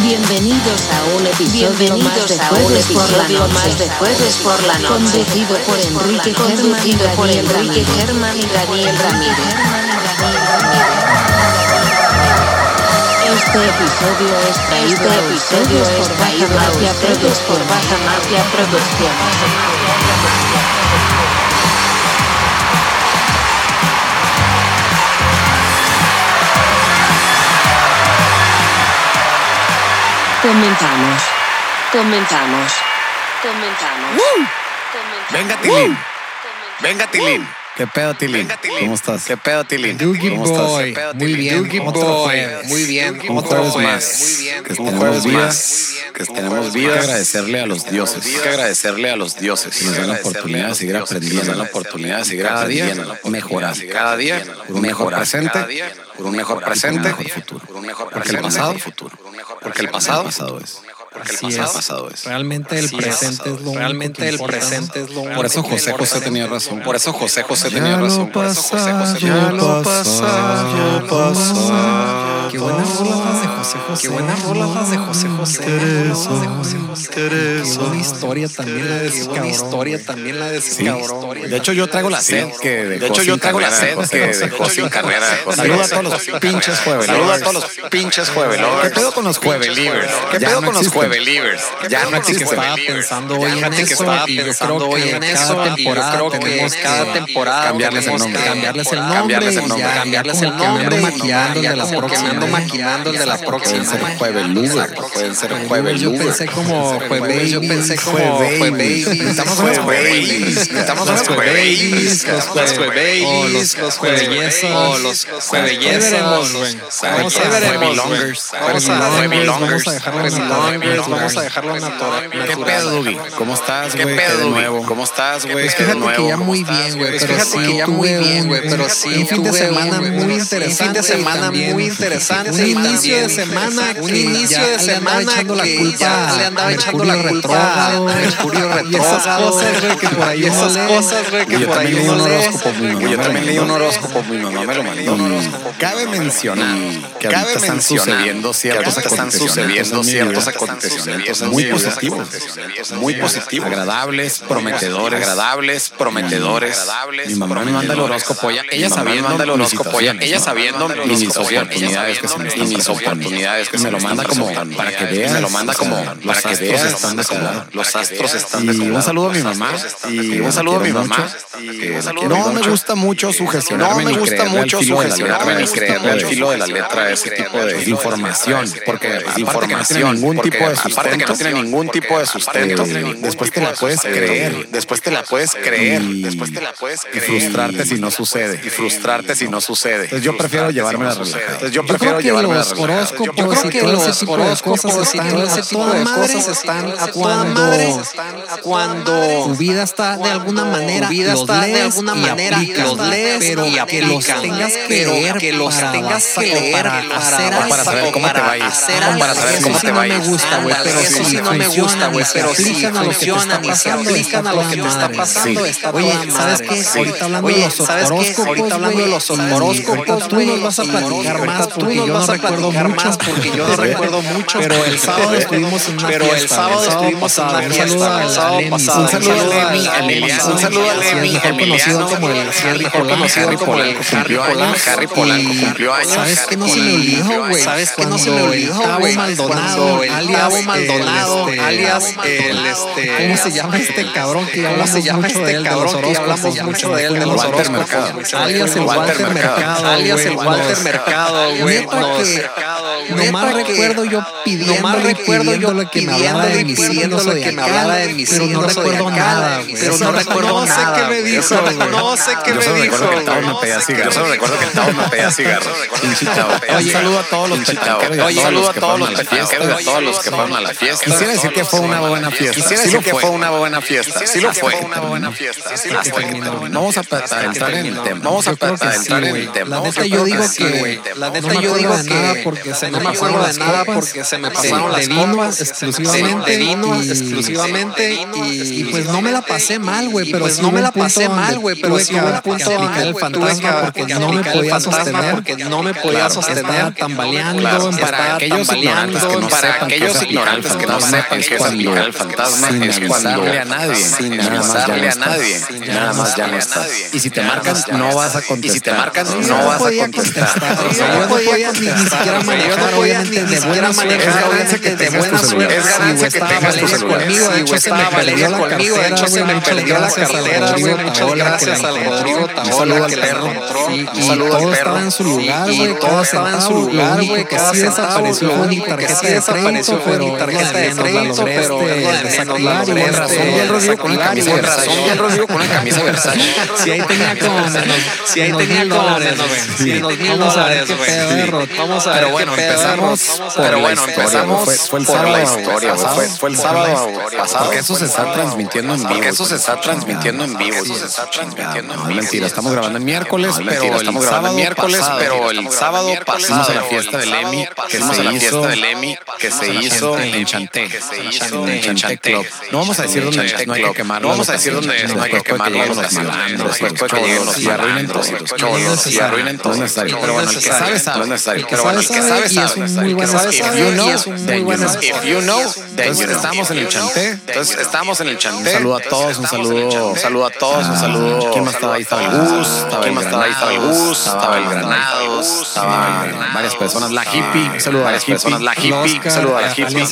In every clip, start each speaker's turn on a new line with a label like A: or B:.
A: Bienvenidos a un episodio Bienvenidos más de Jueves por la Noche, más de Jueves por la Noche, conducido por Enrique, conducido por Enrique Germán y Daniel Ramírez. Este episodio es traído este episodio es traído por Baja Mafia Producciones. Por Baja Mafia Producciones. Comenzamos. Comenzamos. Comenzamos. ¡Woo!
B: Venga, Tilín. Venga, Tilín.
C: ¿Qué pedo, Tilín?
B: Venga, Tilín.
C: ¿Cómo estás?
B: ¿Qué pedo, Tilín?
D: Yugi
B: ¿Cómo
D: Boy.
B: ¿Qué pedo,
D: Muy
B: Tilín?
D: bien.
B: Yugi
D: Otro
B: Boy.
D: jueves.
B: Muy bien.
D: Yugi
B: Otro
C: Otra vez
B: jueves.
C: más.
B: Muy bien.
C: Que
B: Otro
C: tenemos
B: jueves
C: vidas.
B: más.
C: Que
B: Otro
C: tenemos
B: jueves
C: vidas.
B: más.
C: Agradecerle a los dioses.
B: Hay que agradecerle a los dioses.
C: Que nos dan la
B: Agradecerle
C: oportunidad
B: a
C: de
B: los
C: seguir
B: dioses.
C: aprendiendo.
B: Que nos dan la oportunidad de seguir
C: Cada día
B: aprendiendo.
C: mejorar.
B: Cada día
C: Por un mejor presente.
B: Cada día Por un mejor
C: Y por un
B: presente.
C: mejor futuro.
B: Por un mejor
C: Porque el
B: presente.
C: pasado-
B: futuro. Porque el pasado.
C: El pasado es.
B: Porque el
D: Así
B: pasado.
D: es.
C: Pasado es.
D: Realmente el
B: Así es.
D: presente es, lo
B: Realmente el
D: único que importa.
B: presente es lo
C: Por eso José José tenía razón.
B: Por eso José José tenía
C: Ya lo
B: razón. Por eso José José
C: pasado,
B: tenía razón.
C: lo pasado,
D: lo pasado. Qué buenas rolas las de José José. Qué buenas rolas las de José José. Qué buenas rolas de José José. Qué buena historia también la de ese cabrón. historia también la de
C: Sí. De hecho, yo traigo la sed que dejó
B: De hecho, yo
C: sin
B: traigo la
C: carrera
B: sed
C: José
B: que
C: José.
B: dejó sin carrera. José
C: Saluda a
B: José.
C: todos los pinches jueves.
B: Saluda a todos los pinches juevelivers.
C: ¿Qué pedo con los juevelivers?
B: ¿Qué
C: Ya
B: pedo
C: no
B: con los
C: existen.
B: juevelivers? Ya no
D: que
B: existen.
D: estaba pensando hoy en
B: Fíjate que
D: eso
B: estaba
D: y yo
B: pensando
D: creo
B: hoy
D: que
B: en
D: cada
B: eso y yo
D: temporada
B: creo que
D: tenemos
B: cada
D: que
B: temporada
C: cambiarles el
B: tenemos
C: nombre.
B: que
D: cambiarles el nombre,
B: cambiarles el nombre,
D: ya,
B: cambiarles
D: como
B: el
D: que me ando
B: nombre,
D: maquillando
B: ya
D: de las
B: como que me ando
D: próximas, ¿eh?
B: maquillando de las
C: Pueden
B: próximas.
C: ser juevelubers. Pueden ser
D: Jueves, yo
C: juevelubers.
D: pensé como jueves, yo pensé como
C: Jueves.
D: jueves.
C: Estamos
B: Los
D: Jueves.
C: en las
B: jueves, estamos en
D: Los
B: los jueves,
D: jueves,
B: los
D: los
B: jueves,
D: jueves,
B: los
D: los
B: jueves,
D: jueves,
B: Oh, los jueves,
D: veremos, güey?
B: Vamos
D: Vamos
B: a
D: a-
B: Juevilongers.
D: Vamos a-
B: Juevilongers.
D: vamos a dejarlo en
B: Juevilongers.
D: Juevilongers, vamos a dejarlo natural.
C: ¿Qué pedo, Dugi? ¿Cómo estás,
B: ¿Qué
C: güey?
B: pedo,
C: de
B: Dugi?
C: nuevo?
B: ¿Cómo estás, güey?
D: Pues
B: ¿Qué de
D: fíjate que
B: nuevo?
D: ya
B: ¿Cómo
D: muy
B: estás,
D: bien, güey.
B: Pues
D: Pero
B: fíjate
D: sí,
B: que ya
D: tuve
B: muy bien,
D: un-
B: güey. Pero sí,
D: un fin de
B: tuve
D: semana
B: un-
D: muy
B: Un fin
D: interesante.
B: de semana
D: también.
B: muy interesante.
D: Un
B: también.
D: inicio de semana,
B: Un inicio de semana
D: que ya le andaba echando la
B: que
D: culpa
B: ya le andaba echando la culpa a
D: a Mercurio retrógrado,
B: Mercurio
D: y esas
B: retrógrado,
D: cosas, güey, que por ahí
B: y
D: uno
B: esas
D: lee.
B: cosas, güey, que
C: Yo
B: por ahí
C: también leí
B: uno
C: un
B: lee.
C: horóscopo, mi mamá.
B: Yo también leí un horóscopo, mi mamá me lo mandó.
C: Mm. Cabe mencionar que
B: Mm.
C: ahorita
B: Cabe
C: están
B: mencionar
C: sucediendo ciertos
B: que están sucediendo
C: acontecimientos en mi
B: ciertos
C: vida
B: acontecimientos en
C: muy
B: mi vida.
C: positivos, muy positivos, agradables, prometedores,
B: agradables, prometedores.
C: Mi mamá me manda el horóscopo, ella, ella
B: Mi mamá me
C: sabiendo
B: manda el
C: mis
B: horóscopo, ella,
C: situaciones,
B: ella
C: ¿no?
B: sabiendo
C: y mis oportunidades que se me
B: y
C: están
B: mis oportunidades que
C: me lo manda como para que veas,
B: me lo manda como
C: o sea,
B: para
C: los
B: que
C: astros
B: veas,
C: están
B: o sea,
C: acomodados.
B: los astros están
C: Y
B: acomodados.
C: un saludo a mi
B: Los
C: mamá,
B: astros están
C: y
B: acomodados. un
C: la
B: saludo a mi
C: quiero
B: mamá.
C: mucho,
B: y
C: que
B: la quiero
C: la quiero
B: mucho.
C: mucho. No me gusta mucho sugestionarme
B: No me
C: ni
B: gusta
C: creerle al
B: mucho
C: filo de la letra,
B: sugestionarme
C: me
B: ni
C: gusta
B: creerle al
C: mucho
B: filo de la
C: creerle
B: letra,
C: al
B: ese
C: filo
B: tipo
C: de
B: de
C: la desinformación,
B: desinformación,
C: porque
B: porque
C: aparte que no
B: desinformación,
C: tiene ningún
B: porque
C: tipo de
B: aparte que no tiene
C: sustento,
B: ningún tipo de sustento,
C: aparte que después te la puedes creer.
B: después te la puedes creer,
C: Y-
B: después te la puedes
C: y
B: creer,
C: frustrarte si no sucede.
B: y frustrarte si no sucede.
C: Entonces yo prefiero llevarme la relajada.
B: Entonces
D: Yo creo que
B: llevarme
D: los
B: la relajada.
D: horóscopos
B: Yo creo
D: y
B: que
D: todo
B: los
D: ese tipo de
B: horóscopos
D: cosas
B: y
D: están
B: todo
D: a
B: ese tipo
D: toda
B: de
D: madre,
B: cosas están
D: a
B: a
D: toda
B: cuando-
D: madre,
B: cuando
D: tu vida está de alguna manera,
B: tu vida
D: los
B: está de
D: lees
B: alguna
D: y
B: manera,
D: aplicas,
B: los lees
D: pero
B: y
D: que los
B: aplicas,
D: tengas que
B: pero
D: leer,
B: que los
D: para
B: tengas
D: avanzar
B: que
D: o
B: leer
D: para
B: para
D: hacer
B: avanzar
D: algo,
C: o para
B: para hacer
D: hacer
B: algo.
D: algo.
B: Eso sí
D: no me
B: vayas.
D: gusta, güey,
B: Ándale,
D: pero
B: eso
D: si
B: sí no me gusta, güey, pero si
D: aplican a lo que te
B: funcionan y se aplican a lo que
D: está pasando,
B: te está
D: madre.
B: pasando,
C: Sí.
B: está
D: Oye,
B: toda
D: ¿sabes
B: madre.
D: qué?
B: Sí.
D: Ahorita hablando de
B: Oye,
D: los
B: ¿sabes qué?
D: horóscopos,
B: Ahorita hablando de
D: güey,
B: los
D: ¿sabes qué?
B: horóscopos,
D: Ahorita tú
B: güey,
D: nos vas a
B: y
D: platicar
B: ahorita
D: más,
B: tú
D: porque
B: nos
D: yo
B: vas
D: no
B: a
D: recuerdo
B: platicar
D: mucho.
B: más, porque yo no recuerdo mucho.
D: Pero el sábado estuvimos en una
B: Pero el
D: fiesta,
B: sábado
D: el sábado
B: estuvimos en una
D: pasado, un
B: fiesta,
D: saludo
B: el
D: a
B: sábado pasado.
D: Lemi, un saludo a Lemi,
B: a Emiliano,
D: un saludo a Lemi, Emiliano, mejor conocido como el Harry Polanco,
B: Harry Polanco cumplió años.
D: ¿Sabes qué no se me olvidó, güey?
B: ¿Sabes qué no se me
D: Cuando
B: olvidó,
D: el Tavo
B: güey?
D: Maldonado,
B: Cuando el
D: alias
B: Tavo
D: el,
B: Maldonado,
D: este,
B: alias el este
D: ¿Cómo se llama este cabrón que ya
B: ¿Cómo se
D: hablamos
B: llama
D: mucho de
B: este
D: él, de los
B: cabrón que ya hablamos
D: horóscopos?
B: mucho de él, de los
C: Walter
B: horóscopos?
C: Mercado.
B: güey.
D: Alias el Walter Mercado,
B: Alias
D: güey,
B: el Walter
D: nos-
B: Mercado, güey.
D: Neta
B: nos-
D: que-
B: Neta
D: Nomás
B: que-
D: recuerdo yo pidiendo
B: Nomás recuerdo yo
D: lo que me hablaba de mi signo
B: pidiéndole que me hablaba de mi
D: pero no
B: signo
D: recuerdo
B: zodiacal,
D: nada, güey.
B: Pero
D: Eso
B: no recuerdo
D: sé
B: nada.
D: qué me
B: güey.
D: dijo,
B: Eso
D: güey.
B: No sé qué
C: Yo
B: me
C: solo
B: dijo.
C: recuerdo que el Tavo
B: güey.
C: me pedía cigarros.
B: Yo solo recuerdo que el Tavo me pedía cigarros.
C: Pinche Tavo.
B: Oye,
C: Un saludo a todos los petanqueros, a
B: Oye,
C: todos
B: saludo
C: los
B: a
C: que
B: todos
C: fueron
B: los
C: a la
B: petanqueros,
C: fiesta.
B: a todos los que fueron a la fiesta.
C: Quisiera decir que fue una buena fiesta.
B: Quisiera
C: Sí
B: decir
C: lo
B: que
C: fue.
B: fue una buena fiesta. Sí lo fue. Una buena fiesta. Sí lo fue.
C: Vamos a entrar en el tema.
B: Vamos a
D: Yo creo que
B: entrar
D: sí,
B: en
D: güey.
B: el tema.
D: La
B: Vamos a
D: neta yo digo
B: entrar en el
D: que
B: tema.
D: la
B: No
D: neta
B: me
D: yo yo digo de nada porque se
C: no
D: me
C: me acuerdo
D: acuerdo
C: de
D: las
C: nada
D: copas,
C: porque se me
D: de-
C: pasaron
D: de
C: las
D: vino
C: copas,
D: exclusivamente
C: de vino
D: y-
C: exclusivamente
D: y, pues no me la pasé mal, güey,
C: y
D: pero
C: pues
D: sí
C: no
D: hubo
C: me
D: un
C: la
D: punto
C: pasé
D: donde
C: mal, güey, pero
D: tuve
C: sí
D: que
C: hubo
D: haber
C: un punto
D: aplicar
C: donde
D: el
C: tuve
D: fantasma
C: que
D: porque
C: aplicar
D: no me
C: el
D: podía
C: fantasma
D: sostener,
C: porque no me podía
D: Claro,
C: sostener,
D: estaba tambaleando,
C: claro,
D: estaba
C: para aquellos
D: tambaleando,
C: ignorantes que no
D: para
C: sepan
D: aquellos
C: qué es aplicar el
D: ignorantes que no
C: fantasma,
D: sepan
C: es
D: qué es
C: cuando-
D: aplicar el fantasma,
C: sin
D: es cuando
C: avisarle
B: a nadie,
D: sin
B: sin
D: avisarle
B: avisarle
D: a
B: a
D: nadie,
B: nadie, nada más ya no estás. Y si te marcan, no vas a contestar.
C: Y si te marcan,
D: yo
C: no vas a
D: podía
C: contestar.
D: contestar, o sea,
C: Yo
D: yo no
C: podía
D: podía ni- ni
C: contestar,
D: siquiera
C: o sea, yo no
D: manejar,
C: podía
D: obviamente,
C: ni
D: de
C: siquiera
D: buena suerte,
C: manejar, obviamente,
D: obviamente,
C: de
D: de
C: buena
D: buena
C: suerte.
D: suerte.
C: Es
D: Sí,
C: ganancia
D: güey,
C: que
D: estaba
C: tengas tu
D: Valeria
C: celular.
D: conmigo, de
C: Sí,
D: hecho,
C: güey,
D: estaba
C: estaba
D: Valeria
C: Valeria
D: conmigo, de hecho, se me
C: muchas
D: perdió la
C: gracias al
D: cartera,
C: Rodrigo
D: güey, muchas
C: Tabola,
D: gracias
C: que
D: al
C: la
D: Rodrigo
C: encontró.
D: Tabola,
C: Un saludo
D: que
C: al
D: la
C: perro.
D: encontró.
C: Sí,
D: Y
C: un saludo
D: todo
C: al perro.
D: estaba en su lugar,
C: Sí, y
D: güey,
C: todo
D: cada
C: estaba en su
D: centavo, lo
C: lugar,
D: único
C: güey,
D: que
C: cada
D: sí
C: centavo,
D: desapareció
C: lo
D: fue mi
C: único que
D: tarjeta
C: sí
D: de
C: desapareció
D: crédito,
C: fue mi
D: pero
C: tarjeta
D: es
C: de
D: lo de menos, la
C: crédito, pero
D: lograste
C: es lo de
D: desactivar,
C: menos, la
D: güey,
C: lograste
D: razón, ya el Rodrigo con una camisa
C: desactivar,
D: Versace.
C: razón, ya el Rodrigo con una camisa Versace.
D: Si ahí tenía como menos,
C: Si ahí
D: menos
C: tenía
D: mil
C: como
D: dólares,
C: menos,
D: güey.
C: sí, menos mil
D: Vamos a ver
C: dólares,
D: qué
C: güey.
D: pedo,
C: Sí.
D: Rod. Vamos a ver
C: Pero
D: qué
C: bueno,
D: pedo,
C: empezamos
D: Rod. Vamos a
C: por
D: ver
C: la
D: qué pedo.
C: historia, güey.
B: Fue, fue el
C: por
B: sábado,
C: la
B: historia,
C: historia,
B: fue,
C: güey.
B: fue el sábado pasado.
C: Porque
B: eso se está transmitiendo en vivo. Porque eso se está transmitiendo en vivo. Eso se está transmitiendo en vivo. No, mentira, estamos grabando el miércoles, pero
C: Mentira,
B: estamos grabando el miércoles, pero el sábado pasado.
C: Fuimos
B: a la fiesta del Emmy, que se hizo
C: del Emmy,
B: que se hizo en Chanté, que se hizo en Chanté Club. No vamos a decir dónde es, no hay que quemarlo.
C: No vamos a decir dónde es, no hay que quemarlo.
B: Después puede que lleguen los después puede
C: No hay que quemarlo.
B: que lleguen los
C: Sí,
B: arruinen
C: sí,
B: todos
C: sí,
B: los
C: sí,
B: cholos
D: sí,
B: y arruinen todos.
D: no es necesario.
B: Pero bueno, el que sabe, sabe.
C: No es
B: necesario.
D: que
B: Pero bueno, el que
D: sabe,
B: sabe,
D: sabe, y es un muy
B: sabe.
D: buen
B: If
D: sabe,
B: you
D: y
B: know,
D: es un muy
B: then you
D: buen
B: know.
D: sabe.
B: If you know, then you
C: Entonces,
B: know.
C: estamos en el chanté.
B: Entonces estamos en el chanté.
C: Un saludo a
B: todos, un saludo. Un saludo a todos, un saludo. ¿Quién más estaba ahí? Estaba el Gus, estaba el Granados, estaba el Granados, estaba varias personas. La hippie, un saludo a la hippie. La hippie, un saludo a la hippie.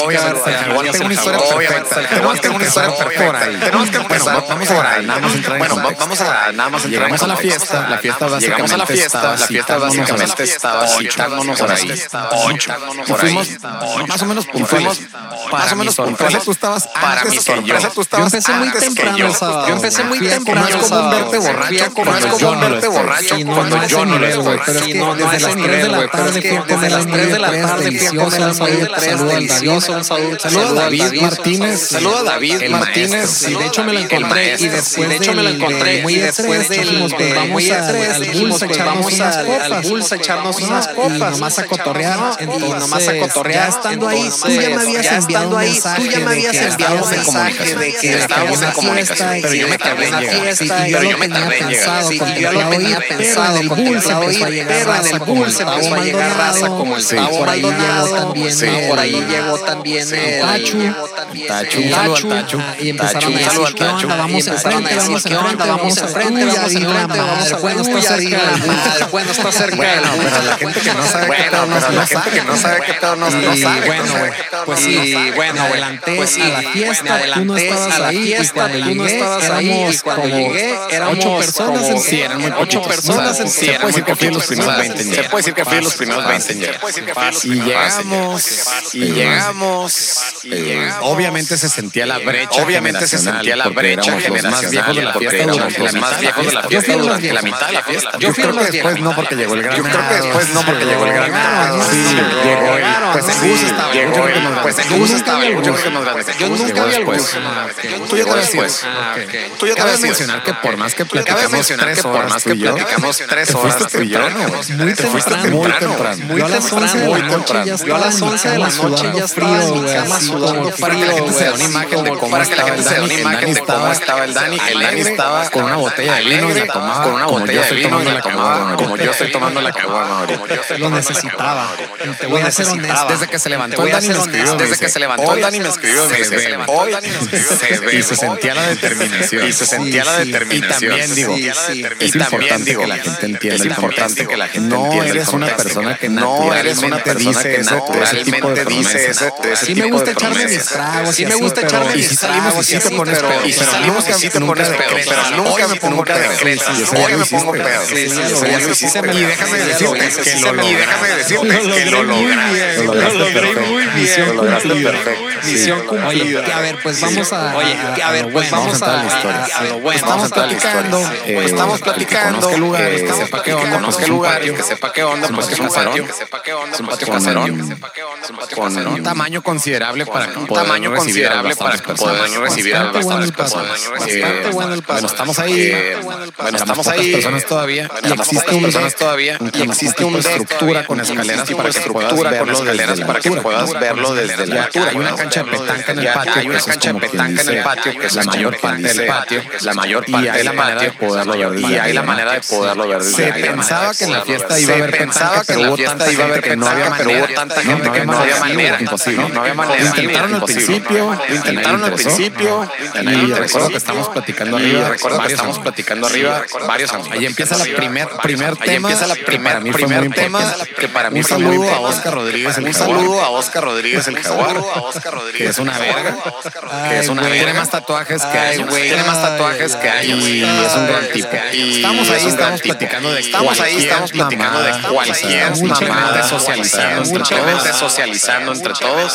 B: Igual tengo una historia perfecta. Tenemos que una historia perfecta. Tenemos que empezar vamos a nada más entrar Bueno, vamos a nada más entrar Llegamos a la fiesta, la fiesta Llegamos a la fiesta, la fiesta básicamente estaba citándonos por ahí. Ocho. Y fuimos más o menos puntuales. Más o menos puntuales. Tú estabas para mi sorpresa, tú
D: Yo
B: estabas
D: empecé muy
B: antes que
D: temprano
B: yo.
D: el sábado.
B: Yo empecé muy
D: Fui a
B: temprano.
D: comer
B: No es común
D: sábado.
B: verte
D: Fui a
B: borracho,
D: comer
B: no es
D: sábado.
B: común verte borracho
D: Sí, no,
B: cuando
D: no es
B: yo no
D: nivel,
B: lo
D: güey,
B: estoy.
D: pero es que
C: No, no
D: desde
C: es
D: las 3 de
C: ese nivel,
D: la
C: güey, pero
D: tarde
C: es que
D: fui a
C: desde
D: comer
C: las 3 de la tarde fui a comer
D: al
C: al
D: saludo
C: saludo
D: al
C: tres,
D: saludo al
C: delicioso,
D: Davioso, un saludo,
C: Saludo a David Martínez.
D: Saludo a David
B: El
D: Martínez.
B: maestro.
D: Y de hecho me lo
C: El
D: encontré y
C: maestro.
D: después
C: De hecho me lo
D: del-
C: encontré,
D: del
C: y después
D: estrés,
C: del-
D: dijimos, pues
C: del
D: vamos
C: muy
D: a-
C: estrés,
D: al
C: dijimos,
D: Bulls a
C: pues,
D: echarnos
C: vamos
D: unas
C: al-
D: copas.
C: al Bulls a echarnos unas
D: Y
C: copas.
D: nomás a cotorrear.
C: Y
D: entonces,
C: nomás a cotorrear.
D: Ya estando ahí, tú
C: Entonces,
D: ya me habías
C: ya
D: enviado
C: estando
D: un
C: ahí, tú
D: mensaje
C: ya me
D: de
C: habías
D: que
C: enviado
D: estábamos
C: un
D: en
C: mensaje
D: comunicación,
C: de que
D: había
C: estábamos
D: una
C: en comunicación.
D: fiesta y
C: Pero yo me
D: que
C: tardé en
D: había
C: llegar.
D: una
C: Sí,
D: fiesta y
C: pero
D: yo
C: yo
D: lo
C: me
D: tenía
C: tardé en llegar.
D: pensado,
C: Sí,
D: porque
C: yo lo
D: la
C: tenía
D: oí,
C: pensado,
D: pero
C: porque
D: del
C: la
D: Bulls
C: oí,
D: empezó a llegar
C: pero
D: raza
C: del
D: como el
C: Bulls empezó a
D: Tavo
C: llegar raza
D: Maldonado,
C: como el
D: sí.
C: Tavo
D: Por ahí llegó
C: Maldonado,
D: también,
C: sí.
D: ¿no?
C: por ahí llegó también
D: Sí.
C: el-
D: Tachu.
C: llegó también
B: Tachu. Un
C: el-
B: saludo al
C: Tachu.
B: Tachu.
D: Ah, y empezaron
B: Tachu,
D: a
B: un
D: decir,
B: saludo al
D: ¿qué
B: Tachu.
D: onda?
C: Y
D: Vamos
C: empezaron
D: enfrente,
C: a decir,
D: vamos
C: ¿qué onda?
D: enfrente, vamos
C: Vamos
D: enfrente,
C: enfrente,
D: vamos
C: vamos
D: enfrente,
C: enfrente, vamos
D: vamos
C: enfrente.
D: enfrente,
C: Uy,
D: está cerca
C: ahí la
D: del Bulls.
C: madre, el bueno está cerca del
B: Bueno,
C: Bulls.
B: pero la gente que no sabe qué
C: Bueno,
B: pedo no-
C: pero la
B: no
C: gente
B: sabe.
C: que no sabe qué pedo no-
D: Y
C: no sabe,
D: bueno,
C: no sabe
D: güey,
C: qué pedo
D: pues
C: no
D: sí,
C: sabe.
D: bueno,
C: Me
D: güey,
C: adelanté
D: pues sí,
C: a la fiesta,
D: me adelanté
C: tú no estabas
D: a la
C: ahí, y
D: fiesta,
C: cuando
D: tú no
C: llegué,
D: estabas ahí,
C: éramos
D: y cuando
C: como
D: llegué,
C: ocho
D: éramos
C: personas en-
D: como-
C: sí, eran muy
D: ocho
C: poquitos.
D: personas en-
B: Sí, eran muy poquitos los primeros 20 en llegar.
C: Se puede decir que fui los primeros 20 en llegar.
B: Y llegamos, y llegamos, y
C: Eh,
B: llegamos. Obviamente se sentía la brecha.
C: Obviamente se sentía la brecha
B: Los más viejos de la
C: generacional, porque
B: fiesta
C: éramos
B: durante
C: los
B: la
C: más viejos de la
D: Yo fui
C: fiesta
D: a los
C: durante la
D: viejos.
C: mitad de la fiesta.
D: Yo
B: Yo
D: fui
B: creo
D: a
B: que
D: los
B: después
D: viejos.
B: no porque llegó el
C: Yo
B: granado.
C: creo que después no, porque llegó el granado.
B: Sí, llegó el-
C: Pues el bus estaba.
B: llegó
C: yo creo
B: el-
C: que nos-
B: pues el
C: yo
B: bus
C: nunca
B: estaba,
C: vi al
B: yo creo que
C: bus.
B: nos ganó.
C: Yo
B: Llegó
C: nunca vi al
B: después.
C: bus.
B: Ah, Tú
C: ok.
B: ya te
C: Llegó
B: habías ido.
C: después. Ah, ok.
B: Tú ya te
C: Cabe
B: habías ido.
C: mencionar que por más que
B: Cabe
C: platicamos
B: mencionar
C: tres
B: que por
C: horas
B: más
C: tú
B: que
C: y yo,
B: platicamos tres
C: te
B: horas
C: fuiste
B: tú y yo,
C: temprano,
B: güey.
C: güey.
D: Muy
B: Te fuiste
D: temprano.
B: muy
D: Muy
B: temprano.
D: Yo a las 11 de la
B: Muy
D: noche
B: temprano.
D: ya
C: Yo a las
D: estaba en mi
C: 11 de la
D: cama
C: noche ya
D: sudando
C: estaba en
D: frío,
C: mi
D: güey,
C: cama
D: así
C: sudando
D: como
C: frío.
B: Para que la gente se dé una
C: güey,
B: imagen de
C: así
B: cómo
C: para que la
B: estaba
C: gente
B: el
C: se dé
B: Dani.
C: una
B: El
C: imagen
B: Dani
C: de cómo
B: estaba, estaba el Dani. El Dani estaba con una botella de vino y la tomaba
C: con una botella de vino y la tomaba
B: como yo estoy tomando la caguama ahorita.
D: Lo necesitaba. Te voy a ser honesto.
B: Desde que se levantó
C: voy
B: el
C: a
B: Dani me
C: ser
B: escribió.
C: honesto,
B: me
C: desde
B: dice,
C: que se levantó
B: "Hoy
C: el
B: Dani me
C: Dani
B: escribió. y
C: me
B: Me
C: escribió,
B: dice,
C: se levantó
B: hoy
C: el
B: Dani
C: Dani
B: me
C: me
B: escribió.
C: escribió,
B: se
C: se
B: ve". Y se
C: ve.
B: sentía la determinación.
C: Y se sentía la
B: Y también
C: determinación.
B: digo,
C: Sí, sí.
B: es
C: Y también
B: importante
C: digo,
B: que la gente entienda.
C: es
B: Es importante
C: importante
B: que la gente
C: que la
B: entienda. No eres
C: gente entienda
B: una
C: el
B: persona
C: contexto.
B: que
C: No eres una persona que naturalmente
B: naturalmente
C: dice
B: dice
C: ese- de ese
D: Sí me
C: tipo
D: gusta
C: de
D: echarme mis
C: promesas.
D: tragos.
C: Sí
D: y
C: me
D: así,
C: gusta
D: pero-
C: echarme
B: Y
C: mis
B: si salimos ah, y
C: tragos
B: sí te pones
C: pero-
B: pedo.
C: y si salimos y sí te pones pedo, pero nunca me pongo pedo.
B: Sí, ese
C: Hoy
B: día
C: me
B: lo
C: pongo
B: hiciste.
C: pedo.
B: Sí,
C: Ese día
B: ese día
C: lo
B: lo
C: hiciste.
B: hiciste.
C: Y déjame
B: Sí,
C: decirte que lo
B: Y déjame
C: lograste.
B: decirte que lo lograste.
C: Lo
B: lograste
C: logré
B: perfecto.
C: muy bien.
B: Lo lograste
C: Cumplida.
B: perfecto. Sí.
C: Misión
D: Oye, que a ver, pues vamos a.
C: Oye, que a ver,
D: lo
C: pues
D: bueno.
C: vamos a,
B: Vamos a entrar a la
C: a- a lo bueno.
B: Estamos
C: Vamos a entrar a la
B: platicando,
C: historia.
B: eh,
C: Pues estamos
B: que
C: platicando,
B: conozca el lugar, que
C: estamos
B: Eh, sepa qué
C: platicando,
B: onda,
C: conozca
B: pues,
C: el
B: es un
C: lugar,
B: patio,
C: que sepa qué onda,
B: es un
C: pues es un
B: patio caserón,
C: patio,
B: que
C: es un
B: pues,
C: patio
B: con-
C: caserón,
B: con pues, un tamaño considerable para
C: un
B: poder
C: tamaño
B: recibir a
C: considerable para
B: bastantes
C: que poder
B: personas.
C: recibir a
D: Bastante bueno el
C: bastantes
D: paso.
C: personas.
D: Bastante
C: Eh,
D: bueno el paso.
C: Bueno, estamos ahí.
B: Eh,
C: Bueno, estamos
B: Pocas
C: ahí.
B: personas todavía.
C: Bueno,
B: Y existe
C: pocas
B: un
C: personas todavía.
B: Y existe existe un deck estructura con escaleras para que
C: estructura con escaleras para que puedas verlo desde la altura.
B: Hay una cancha de petanca en el patio.
C: Hay una cancha de petanca en el patio que es la mayor parte del patio. La mayor parte del patio. Y hay la manera de poderlo ver.
B: Se pensaba que en la fiesta iba a haber
C: pensaba
B: petanca,
C: que
B: pero
C: la
B: hubo
C: fiesta
B: tanta
C: iba a haber
B: gente que no había
C: petanca, pero hubo
B: manera.
C: tanta gente que no había manera.
B: Imposible.
C: No
B: Lo
C: había manera.
B: intentaron al
C: Imposible.
B: principio, lo
C: Intentaron al principio.
B: Y recuerdo que estamos platicando arriba.
C: Recuerdo que
B: varios
C: estamos
B: amigos.
C: platicando arriba varios amigos.
B: Ahí empieza la primer, primer
C: Ahí
B: tema.
C: empieza la
B: que
C: primer,
B: para mí fue muy
C: primer
B: importante.
C: tema que para mí
B: Un
C: fue muy
B: saludo a
C: importante.
B: Oscar Rodríguez, el
C: Un
B: jaguar.
C: saludo a Oscar Rodríguez el jaguar.
B: Que es una verga.
C: Que es una
B: Ay, güey.
C: verga.
B: Tiene más tatuajes que
C: Ay,
B: años.
C: güey.
B: Tiene más tatuajes
C: Ay,
B: que
C: ay,
B: años. Y
C: ay,
B: es un gran
C: ay,
B: tipo.
C: ay,
B: Estamos
C: es
B: ahí,
C: un gran
B: estamos
C: tipo.
B: platicando de
C: Estamos ahí, estamos
B: cualquier
C: platicando de
B: mamada.
C: cualquier
B: Mucha
C: mamada,
B: gente socializando entre
C: mucha gente
B: todos.
C: socializando entre todos.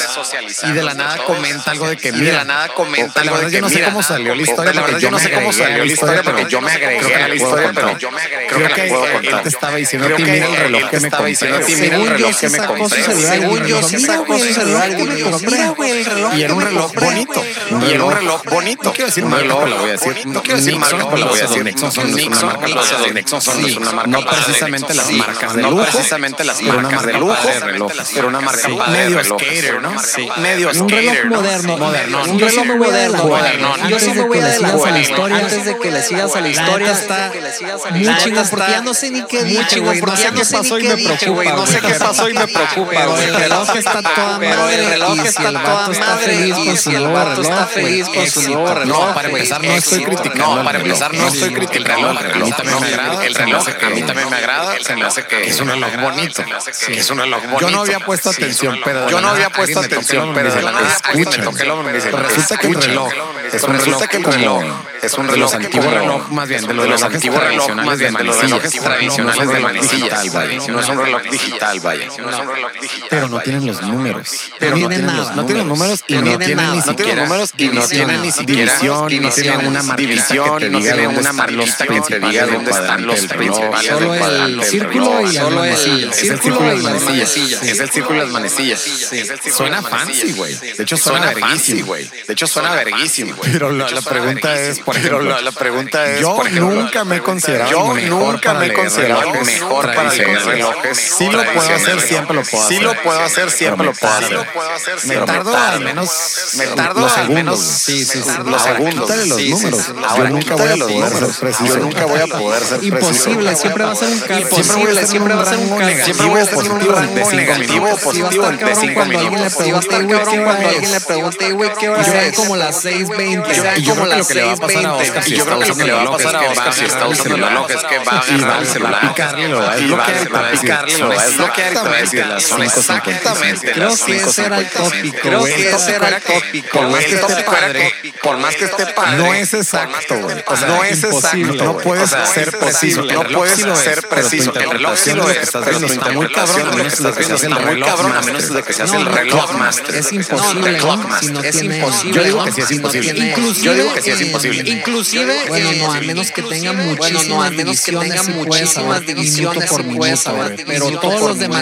B: Y de la nada comenta algo de que
C: Y de
B: mira.
C: la nada comenta
B: La
C: algo
B: verdad
C: de
B: yo
C: que
B: no sé
C: mira.
B: cómo salió Pues, la historia,
C: La
B: porque
C: verdad
B: yo
C: yo no
B: me
C: sé cómo
B: agregué a
C: salió
B: la
C: la historia,
B: historia,
C: pero
B: pero
C: yo me
B: creo
C: agregué
B: que
C: a
B: la
C: la
B: puedo
C: historia,
B: contar.
C: pero yo me agregué. Creo
B: Creo
C: que
B: que
C: la puedo
B: él te
C: contar.
B: estaba diciendo a
C: Creo
B: ti,
C: que
B: mira el
C: él
B: reloj
C: te
B: que me
C: estaba
B: compré.
C: diciendo a ti, mira
B: Según
C: el
B: yo,
C: reloj
B: sí
C: que me
B: sacó su
C: compré.
B: celular y
C: Según
B: me
C: yo,
B: dijo,
C: sí
B: mira,
C: sacó
B: güey,
C: su
B: el
C: celular
B: reloj
C: y me
B: que me
C: dijo,
B: compré.
C: mira, güey, el reloj
B: Y
C: que
B: era un
C: me
B: reloj
C: compré,
B: bonito.
C: güey,
B: Un
C: Y era
B: reloj-
C: un reloj bonito.
B: No quiero decir
C: Un
B: marca,
C: reloj
B: pero la voy a decir.
C: bonito. No quiero decir
B: Nixon,
C: marca, pero la voy a
B: Nixon,
C: decir.
B: Nixon, son- son
C: Nixon,
B: una marca
C: los de
B: padre.
C: Nixon son- son
B: Sí,
C: una marca
B: no
C: padre.
B: precisamente las
C: Sí,
B: marcas de
C: no
B: lujo,
C: precisamente las
B: pero una
C: marcas de
B: marca
C: lujo,
B: padre de reloj.
C: pero una marca
B: Sí.
C: padre de
B: Medio
C: reloj.
B: skater, ¿no?
C: Sí.
B: Medio
C: Un reloj moderno. Modernón.
E: Un reloj me voy a adelantar.
C: Modernón.
E: Yo sí me voy a adelantar a la
C: Juvenil.
E: historia. Antes de que le sigas a la historia,
D: está
E: está muy
D: la
E: chingón.
D: neta
E: Porque
D: está
E: ya no sé ni qué
D: muy
E: dije,
D: chingón,
E: güey.
D: no
E: Porque
D: sé
E: ya
D: qué
E: no sé
D: pasó
E: ni
D: y
E: qué
D: me
E: dije,
D: preocupa,
E: güey. No sé
D: güey.
E: qué pasó y me preocupa,
D: Pero
E: güey.
D: el reloj está toda madre.
E: El reloj
D: Y si
E: está
D: el
E: toda
D: vato está
E: madre.
D: feliz
E: Y
D: con
E: si
D: su
E: el
D: nuevo
E: vato está
D: reloj,
E: feliz
D: güey,
E: con su
D: éxito.
E: nuevo reloj.
B: No, para
E: güey.
B: empezar, no estoy
E: Éxito.
B: criticando.
C: No, para
B: el
C: empezar,
B: reloj.
C: no estoy
B: El
C: criticando
B: reloj,
C: el
B: a mí también me agrada.
C: El reloj a mí también me agrada. Se me hace que
B: Es un reloj bonito.
C: Sí. Es un reloj bonito.
B: Yo no había puesto
C: Sí, es un
B: atención,
C: reloj
B: pero de
C: Yo
B: la
C: no
B: nada
C: había puesto
B: alguien me tocó
C: atención,
B: el
C: pero de la nada alguien me
B: escucha.
C: tocó el hombro y me dice,
B: Resulta que el
C: escucha.
B: reloj es un reloj
C: Resulta que el
B: como-
C: reloj es un
B: de los
C: reloj
B: antiguos
C: como-
B: reloj, más bien, de los relojes
C: antiguos reloj,
B: tradicionales
C: más bien,
B: de
C: de los
B: manecillas.
C: relojes tradicionales
B: No es un
C: de
B: reloj
C: manecillas.
B: digital, vaya.
C: No es un reloj digital, vaya. No es un reloj digital.
B: Pero no tienen los números.
E: Pero no tienen
B: los-
E: nada.
B: No tienen los números y
E: No
B: no
E: tienen
B: tienen
E: nada.
B: ni
E: No
C: No tienen
B: siquiera
C: números y no tienen ni siquiera
B: división, no tienen una marquita que
C: división, no
B: te diga
C: tienen
B: dónde
C: una
B: están los
C: marquita que te diga
B: principales
C: dónde están los
B: del reloj.
C: principales.
E: Solo
C: del
E: el
C: cuadrante del
E: círculo
C: reloj.
E: y las
C: Solo el-
E: manecillas.
C: es el
E: Círculo
C: círculo
E: y
C: de
E: las
C: manecillas.
E: manecillas.
C: Es el círculo de las manecillas. Es el círculo de
B: Suena
C: las manecillas.
B: fancy, güey. De hecho,
C: Suena
B: suena
C: fancy,
B: verguísima.
C: güey. De hecho, suena verguísima.
B: Pero la, la pregunta es, por
C: Pero
B: ejemplo,
C: la, la pregunta es,
B: yo
C: por ejemplo,
B: nunca me he considerado
C: yo
B: mejor
C: nunca
B: para
C: me he
B: leer
C: considerado
B: relojes
C: mejor para leer
B: tradicionales.
C: relojes.
B: Sí lo puedo hacer,
C: tradicionales.
B: siempre lo puedo hacer.
C: Sí lo puedo hacer, siempre lo puedo
B: Pero me
C: hacer.
B: Me
C: Pero
B: tardo al menos
C: me tardo
B: los
C: al menos
B: segundos.
C: sí, sí, sí.
B: Los segundos.
C: los segundos.
B: Quítale los
C: Sí, sí,
B: números.
C: sí.
B: Yo
C: Ahora,
B: nunca voy
C: quítale
B: a
C: los
B: poder ser
C: números.
B: preciso.
C: Yo nunca voy a poder ser preciso.
E: Imposible, siempre va a ser un cálculo.
B: Siempre voy a
E: Imposible,
B: estar
E: siempre
B: en
E: va a
B: un
E: ser un
B: rango
E: cálculo.
C: Siempre voy a estar en un
B: Positivo,
C: rango
B: de cinco
C: negativo
B: minutos.
C: positivo
E: Sí, va a estar
C: de
E: cabrón
C: 5
E: cuando alguien le
C: minutos.
E: pregunte, va a estar cabrón cuando alguien le pregunte, güey, ¿qué hora Y yo es? como las 6:20.
B: Y yo creo que lo que le va a pasar a Oscar
C: Y
B: si
C: yo
B: está
C: creo que lo
B: usando
C: que
B: el
C: le va a
B: reloj es
C: pasar a
B: que va
C: Oscar
B: a
C: si está
B: agarrar el
C: usando el
B: celular.
C: reloj es que va a
B: Y va
C: agarrar
B: a
C: el celular.
B: picarle, lo va a
C: Y va a
B: desbloquear y te va a decir,
C: picarle, lo va a
B: son
C: desbloquear y te va a decir
B: exactamente
C: son
B: las cinco
C: exactamente
B: cincuenta.
C: las
E: Creo que
C: cinco
E: ese era el
C: cincuenta.
E: tópico,
C: Creo
E: güey.
C: que ese era el
E: tópico,
C: Por
E: güey.
C: más que esté
E: Ese
C: padre, por más que esté padre.
B: No es exacto, güey. O sea,
C: no es
B: imposible,
C: exacto.
B: no
C: güey.
B: puedes
C: O sea,
B: ser
C: no es
B: preciso.
C: exacto,
B: El
C: No
B: reloj
C: puedes
B: sí lo es,
C: ser
B: pero tu
C: preciso. El reloj sí
B: interpretación de lo
C: lo
B: que
C: es,
B: estás
C: pero tu
B: viendo está muy
C: interpretación de lo que estás viendo está muy cabrón a menos de que seas el reloj master.
E: Es imposible,
C: El reloj
E: ¿no? Si no
C: master.
E: tiene-
B: Yo digo que sí es imposible.
C: Yo digo que sí es imposible.
E: Inclusive, bueno,
D: eh,
E: no, a menos que tenga
F: bueno,
E: muchísimas
F: no, a menos que tenga
E: divisiones,
F: muchísimas divisiones,
E: divisiones por
F: sí
E: minuto,
F: puedes
E: güey.
F: saber
E: pero
F: minuto
E: todos
F: por
E: los de
F: minuto,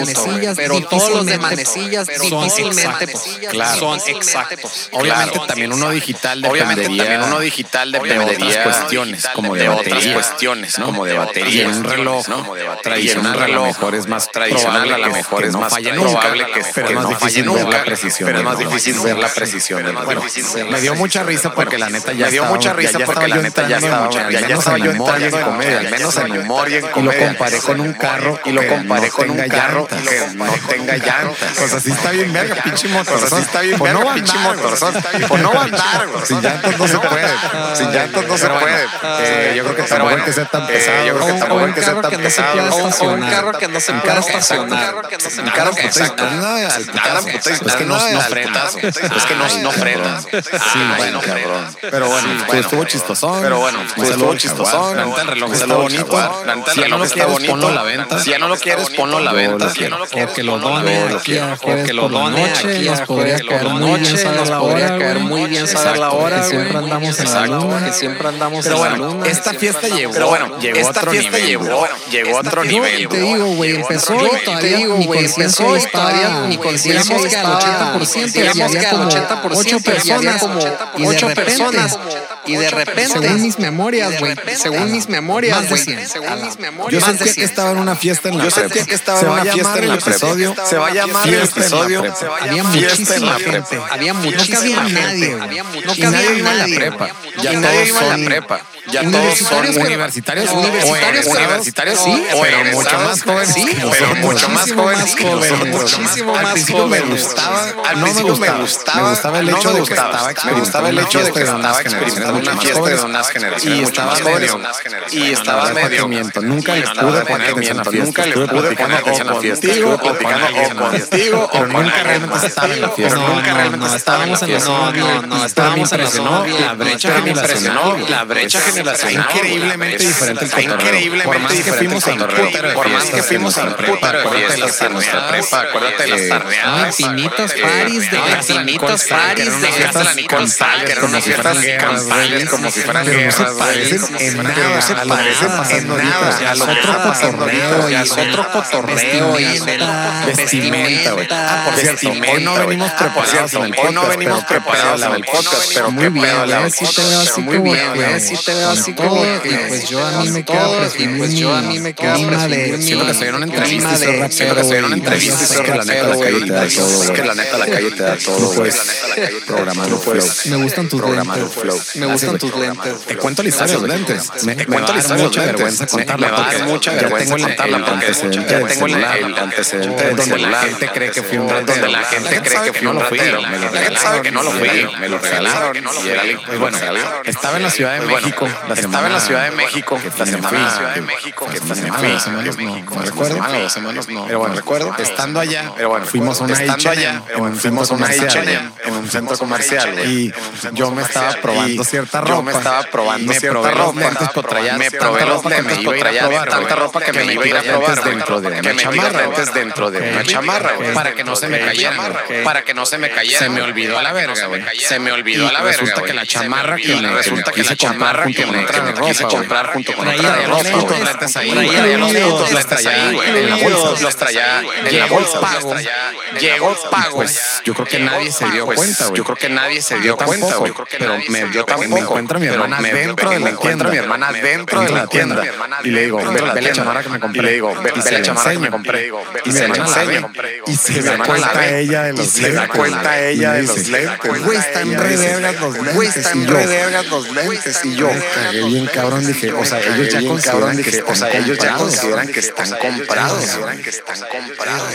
F: güey.
E: manecillas,
F: Pero todos los de
E: manecillas
F: difícilmente,
E: difícilmente,
B: claro.
E: son exactos.
B: Obviamente
C: Claro.
B: también uno digital
C: Obviamente
B: dependería
C: también uno digital
B: de
C: dependería
B: otras cuestiones, como de,
C: de
B: batería,
C: otras cuestiones,
B: ¿no?
C: como de
B: Y
C: batería.
B: en un reloj
C: ¿no? Como de batería.
B: tradicional
C: Y en un
B: a lo
C: reloj
B: mejor es más
C: tradicional
B: probable
C: a lo
B: que-
C: mejor
B: que
C: es
B: no
C: más
B: falle
C: probable
B: nunca,
C: que,
B: pero
C: que
B: es más
C: no falle
B: difícil ver
C: nunca,
B: la precisión
C: pero
B: del
C: es más
B: reloj.
C: difícil ver la precisión del reloj.
B: Me dio mucha risa porque la neta ya
C: me dio
B: estaba-
C: mucha
B: ya
C: risa
B: estaba
C: porque la
B: yo
C: neta
B: entrando
C: ya
B: en
C: estaba
B: mucha
C: ya
B: risa,
C: ya
B: menos
C: estaba
B: en
C: yo
B: memoria,
C: entrando
B: en
C: en comedia, al
B: comedia,
C: menos en humor y en
B: Y lo
C: comedia.
B: comparé con un carro
C: y lo
B: que
C: comparé
B: no
C: con un
B: tenga
C: carro
B: llantas.
C: que no tenga llantas.
B: O sea, sí está bien verga, pinche motor.
C: O sea, sí está bien
B: O no
C: verga,
B: va a
C: pinche
B: andar, güey.
C: motorzón. O no va a andar, güey.
B: Sin llantas no se puede.
C: Sin llantas no se
B: Pero bueno,
C: puede.
B: eh, yo creo que
C: Pero
B: tampoco hay
C: bueno,
B: que ser tan
C: eh,
B: pesado.
C: yo creo que
B: O- o
C: tampoco
B: un
C: hay que ser
E: Ah, carro
C: tan
E: que no se
C: pesado.
E: pueda
C: O un
E: estacionar.
C: carro que no se
E: Un
C: pueda
E: carro que no se
C: estacionar.
E: pueda
C: Un carro que exacto.
B: Nada, al
C: Nada,
B: putazo.
C: puta,
B: Es que no,
C: nada,
B: no
C: al
B: frena.
C: putazo. Es que no, no frena. Sí, bueno, cabrón.
B: Pero bueno, estuvo- estuvo chistosón.
C: Pero bueno,
B: Un
C: estuvo,
B: saludo
C: estuvo
B: al
C: chistosón.
B: Jaguar.
C: La neta, el reloj está
B: saludo al
C: bonito.
B: Jaguar.
C: La neta,
B: Si
C: el
B: ya no
C: reloj
B: lo
C: está
B: quieres,
C: bonito.
B: ponlo a la venta.
C: Si ya no lo quieres, ponlo a la
B: Yo lo
C: venta.
B: quiero.
C: quieres,
E: O que lo
C: ponlo a la
E: done
C: venta.
E: aquí a
C: O
E: jueves
C: que lo
E: por la
C: done
E: noche,
C: aquí
E: nos
C: a
E: podría
C: jueves por
E: caer
C: la
E: muy bien
C: noche,
E: saber
C: nos
E: la
C: podría
E: hora,
C: caer
E: güey.
C: muy bien saber
E: Exacto,
C: la
E: porque
C: hora,
E: siempre
C: güey.
E: andamos en la
C: Exacto.
E: luna.
C: Que siempre andamos
B: Pero
C: en la
B: bueno,
C: luna.
B: esta fiesta llegó.
C: Pero bueno,
B: llegó a
C: esta
B: otro
C: fiesta
B: nivel.
C: llegó, llegó a otro
E: Yo
C: nivel.
E: te digo, güey, empezó
C: Yo
E: y todavía mi conciencia
C: empezó y
E: estaba,
C: todavía
E: mi
C: mi
E: conciencia
C: conciencia
E: estaba,
C: estaba-
E: digamos que al 80% y había como 8
F: y había
E: personas,
F: como
E: y de
F: ocho
E: repente
F: personas,
E: Y de repente.
D: Según mis memorias, güey. Según mis memorias,
E: Más de
D: güey.
E: 100.
D: Según mis
B: Yo
D: memorias. más de
B: sentía que
D: 100.
B: estaba en una fiesta en la
C: Yo
B: prepa.
C: sentía que
B: estaba en una fiesta en la episodio.
C: Se va a llamar el episodio.
D: Había
C: Fiesta en
D: muchísima
C: la
D: gente.
C: prepa.
D: Había
E: No
D: muchísima gente.
E: cabía nadie, güey.
D: Había
E: No
D: muchísima
E: cabía
D: gente.
E: nadie, güey.
C: prepa.
D: Y
C: Ya
D: nadie
C: todos
D: iba a la
C: son
D: prepa.
C: prepa. Ya todos son
D: Universitarios, pero-
C: universitarios.
D: No, universitarios,
C: o-
D: pero-
C: Universitarios,
D: no,
C: sí.
D: pero
C: Pero mucho
D: egresados,
C: más jóvenes.
D: sí,
C: que
D: pero
C: nosotros.
D: mucho más
C: Muchísimo
D: jóvenes que
C: jóvenes.
D: nosotros. Muchísimo
C: Al
D: más
C: principio me
D: jóvenes.
C: gustaba.
D: Muchísimo
C: Al
D: más
C: principio me
D: jóvenes.
C: gustaba.
B: Me gustaba el
C: no
B: hecho de
C: me
B: que
C: gustaba,
B: estaba
C: Me gustaba el hecho de que estaba experimentando una fiesta de
B: unas
C: unas generaciones.
B: generaciones
C: mucho
B: mucho más
C: más jóvenes.
B: jóvenes.
C: Y
B: La
C: estaba
B: verdad
C: medio.
B: te miento, nunca les
C: la
B: pude
C: verdad
B: poner
C: te
B: atención a la fiesta,
C: miento, Nunca les
B: estuve
C: pude
B: platicando
C: poner atención a la
B: o
C: fiesta.
B: contigo,
C: estuve
B: o con
C: platicando
B: alguien en la
C: o
B: fiesta.
C: contigo o
B: Pero
C: con
B: nunca
C: alguien
B: realmente
C: más.
B: estaba en la fiesta.
C: No, nunca
D: no,
C: realmente
D: no,
C: se estaba en la
D: estábamos en la-
C: fiesta.
D: no, no, no,
C: Pero
D: estábamos en
C: me
D: la
C: impresionó
D: zona,
C: la brecha
D: me
C: generacional.
D: impresionó,
C: La brecha generacional.
B: Está increíblemente diferente el
C: Está
B: cotorreo. Por más que
C: Increíblemente diferente el
B: fuimos a un
C: cotorreo.
B: putero de
C: Por más
B: fiestas
C: que
B: en
C: fuimos a
B: nuestra
C: la
B: prepa,
C: prepa.
B: acuérdate
C: Acuérdate de las nuestra prepa. Acuérdate de las
D: No,
C: tardeadas.
D: infinitos
C: Eh,
D: paris de
C: no,
D: infinitos
C: con-
D: paris
C: eran
D: de
C: unas fiestas
D: esas
C: con sal, que eran unas fiestas campales, como si fueran
B: Pero no se
C: guerras,
B: parecen
C: güey, como si
B: en
C: fueran
B: nada,
C: guerras.
B: no se parecen
C: Nada,
B: pasando
C: en
B: ahorita,
C: nada,
B: ya es
C: a lo que
B: otro
C: está pasando
B: cotorreo,
C: ahorita, ya
B: y
C: es
B: es
C: otro cotorreo, y es
D: vestimenta,
C: otro-
B: vestimenta, güey.
C: Ah, por cierto, hoy no
B: vestimenta, güey.
C: venimos
B: Ah, por
C: preparados
B: cierto,
C: en el
B: hoy no
C: podcast,
B: venimos
C: pero qué
B: preparados
C: pedo
B: en
C: la
B: el
C: del podcast,
B: podcast,
C: pero
B: muy
C: qué
B: bien,
C: pedo la
B: güey,
C: del
B: sí te
C: podcast,
B: veo
C: pero
B: así
C: muy
B: como
C: bien,
B: que,
C: güey.
B: güey,
D: sí te veo así como que,
E: güey.
D: pues yo a mí me queda preferir
E: Pues yo a mí
D: mi-
E: me queda
D: clima
E: preferir
D: de-
E: mi-
C: Siento que soy una
D: clima
C: entrevista y
D: de-
C: soy rapero, Siento que soy una
D: güey.
C: entrevista y
D: Es
C: soy
D: que la neta,
C: rapero,
D: la
C: güey.
D: calle te da todo,
C: Es que
B: güey.
C: la neta la calle te da todo,
B: No
C: güey.
B: puedes
C: La neta, la calle te da
B: programar
C: todo,
B: un flow.
C: güey.
D: Me gustan tus
C: Programar un
D: lentes.
C: flow.
D: Me gustan tus lentes.
B: Te cuento la historia de los lentes. Me, me va
C: Te cuento
B: a dar
C: la historia de los
B: mucha
C: lentes.
B: vergüenza contarla.
C: Me va a dar
B: porque
C: mucha
B: ya
C: vergüenza
B: tengo el-
C: contarla,
B: el
C: porque
B: antecedente
C: ya
B: del
C: tengo el-
B: celular,
C: el antecedente
B: del
C: donde la
B: celular,
C: gente cree que fui un
B: donde
C: ratero.
B: la gente cree
C: sabe
B: que fui un
C: no lo fui,
B: ratero.
C: Me lo
B: La gente sabe
C: regalaron.
B: que no lo fui.
C: Me lo regalaron. Y era alguien-
B: Pues bueno,
C: Bueno,
B: estaba en la Ciudad de México. la
C: Pues estaba en
B: semana-
C: la Ciudad de México.
B: que
C: La
B: me
C: semana
B: fui.
C: en la Ciudad de México.
B: Fue
C: Que
B: una
C: me
B: semana,
C: fui.
B: dos semanas, no, no
C: Fue una
B: recuerdo.
C: semana, dos semanas, no.
B: Pero bueno,
C: no recuerdo.
B: estando allá,
C: Pero bueno,
B: fuimos a una
C: estando
B: H&M,
C: allá,
B: en un
C: fuimos a una
B: centro comercial,
C: H&M, en un centro comercial. güey.
B: Y yo me estaba probando
C: Y
B: cierta ropa.
C: Yo me estaba probando
B: Me
C: cierta
B: probé los
C: ropa.
B: lentes, pues, traía
C: me
B: tanta
C: probé los
B: ropa que me
C: lentes,
B: iba a
C: pues,
B: ir a
C: traía
B: probar,
C: tanta
B: güey.
C: ropa que
B: Que
C: me iba a ir a probar
B: lentes
C: güey.
B: dentro de una
C: que me iba a ir
B: chamarra,
C: lentes
B: güey.
C: dentro de
B: Ok.
C: una chamarra, güey.
B: Para que no se me
C: Ok.
B: cayeran,
C: güey. Para que no se me cayeran. Se me olvidó a la verga, güey. Se me olvidó a la verga.
B: resulta
C: güey.
B: que la
C: Se me
B: chamarra
C: olvidó.
B: que me-
C: resulta
B: que
C: que
B: me
C: la
B: quise comprar
C: chamarra
B: junto
C: que
B: con
C: me
B: otra
C: que me
B: ropa,
C: quise
B: güey.
C: comprar junto con
B: Traía
C: otra
B: los
C: ropa, güey.
B: lentes,
C: lentes ahí,
B: traía
C: güey.
B: los
C: los
B: lentes,
C: lentes,
B: los traía
C: ahí, güey. En la
B: incluidos.
C: bolsa, los traía en la
B: Llegó el
C: bolsa.
B: pago.
C: los traía en la Llegó el pago.
B: Pues, yo creo que nadie se dio
C: Pues,
B: cuenta, güey.
C: Yo creo que nadie se dio
B: Yo
C: cuenta,
B: tampoco,
C: güey. Pero
B: nadie se
C: me
B: dio
C: yo
B: cuenta.
C: tampoco.
B: Me encuentro a mi
C: pero
B: hermana
C: me-
B: dentro
C: me
B: de la
C: encuentro a mi hermana
B: tienda.
C: dentro de
B: Dentro
C: la tienda.
B: Y le digo, ve ve la
C: tienda.
B: chamarra que me compré.
C: Y le digo, ve
B: Y
C: ve
B: se
C: la
B: la
C: chamarra que me
B: enseño.
C: compré.
B: Y
C: Y
B: mi
C: se la
B: hermana la ve.
C: enseño.
B: Y se da
C: hermana la
B: cuenta
C: ve.
B: ella de
C: Y
B: los
C: se da
B: lentes.
C: cuenta
B: güey.
C: ella
B: Y
C: de
B: dice,
C: los lentes.
B: Güey,
C: Ella
B: están re
C: dice,
B: vergas los
C: güey,
B: lentes.
C: están
B: Y yo,
C: re vergas los lentes. Y yo,
B: me cagué bien cabrón, dije, o sea, ellos ya consideran que
C: o sea,
B: están
C: ellos ya
B: comprados.
C: consideran que están comprados.
B: Consideran
C: que están comprados,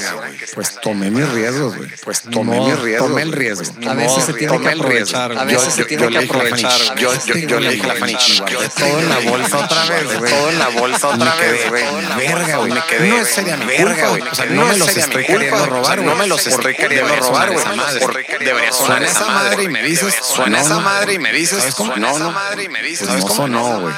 B: Pues tomé mis riesgos, güey. Pues tomé
C: Ni
B: mis
C: modo,
B: riesgos.
C: tomé el
B: güey.
C: riesgo.
B: Pues,
D: A
B: ni
D: veces
B: modo,
D: se tiene
B: tomé
D: que
B: el riesgo.
D: aprovechar, güey.
E: A veces se
B: Yo-
E: tiene
B: yo
E: que
B: le dije a la
E: aprovechar,
B: Fanny,
E: güey.
C: Yo, yo, yo le dije a la Fanny, guardé todo en la bolsa otra vez, güey. Todo en la bolsa otra vez, güey.
B: Verga, güey.
C: Me quedé.
B: No es seria mi
C: verga,
B: culpa,
C: güey.
B: güey.
C: O sea, no me los estoy queriendo robar, güey. No me los estoy queriendo robar, güey. Por- Debería sonar esa madre y me dices. Suena esa madre y me dices.
B: ¿Sabes cómo?
C: No, no.
B: Pues
C: ¿Sabes
B: no
C: cómo?
B: sonó, güey.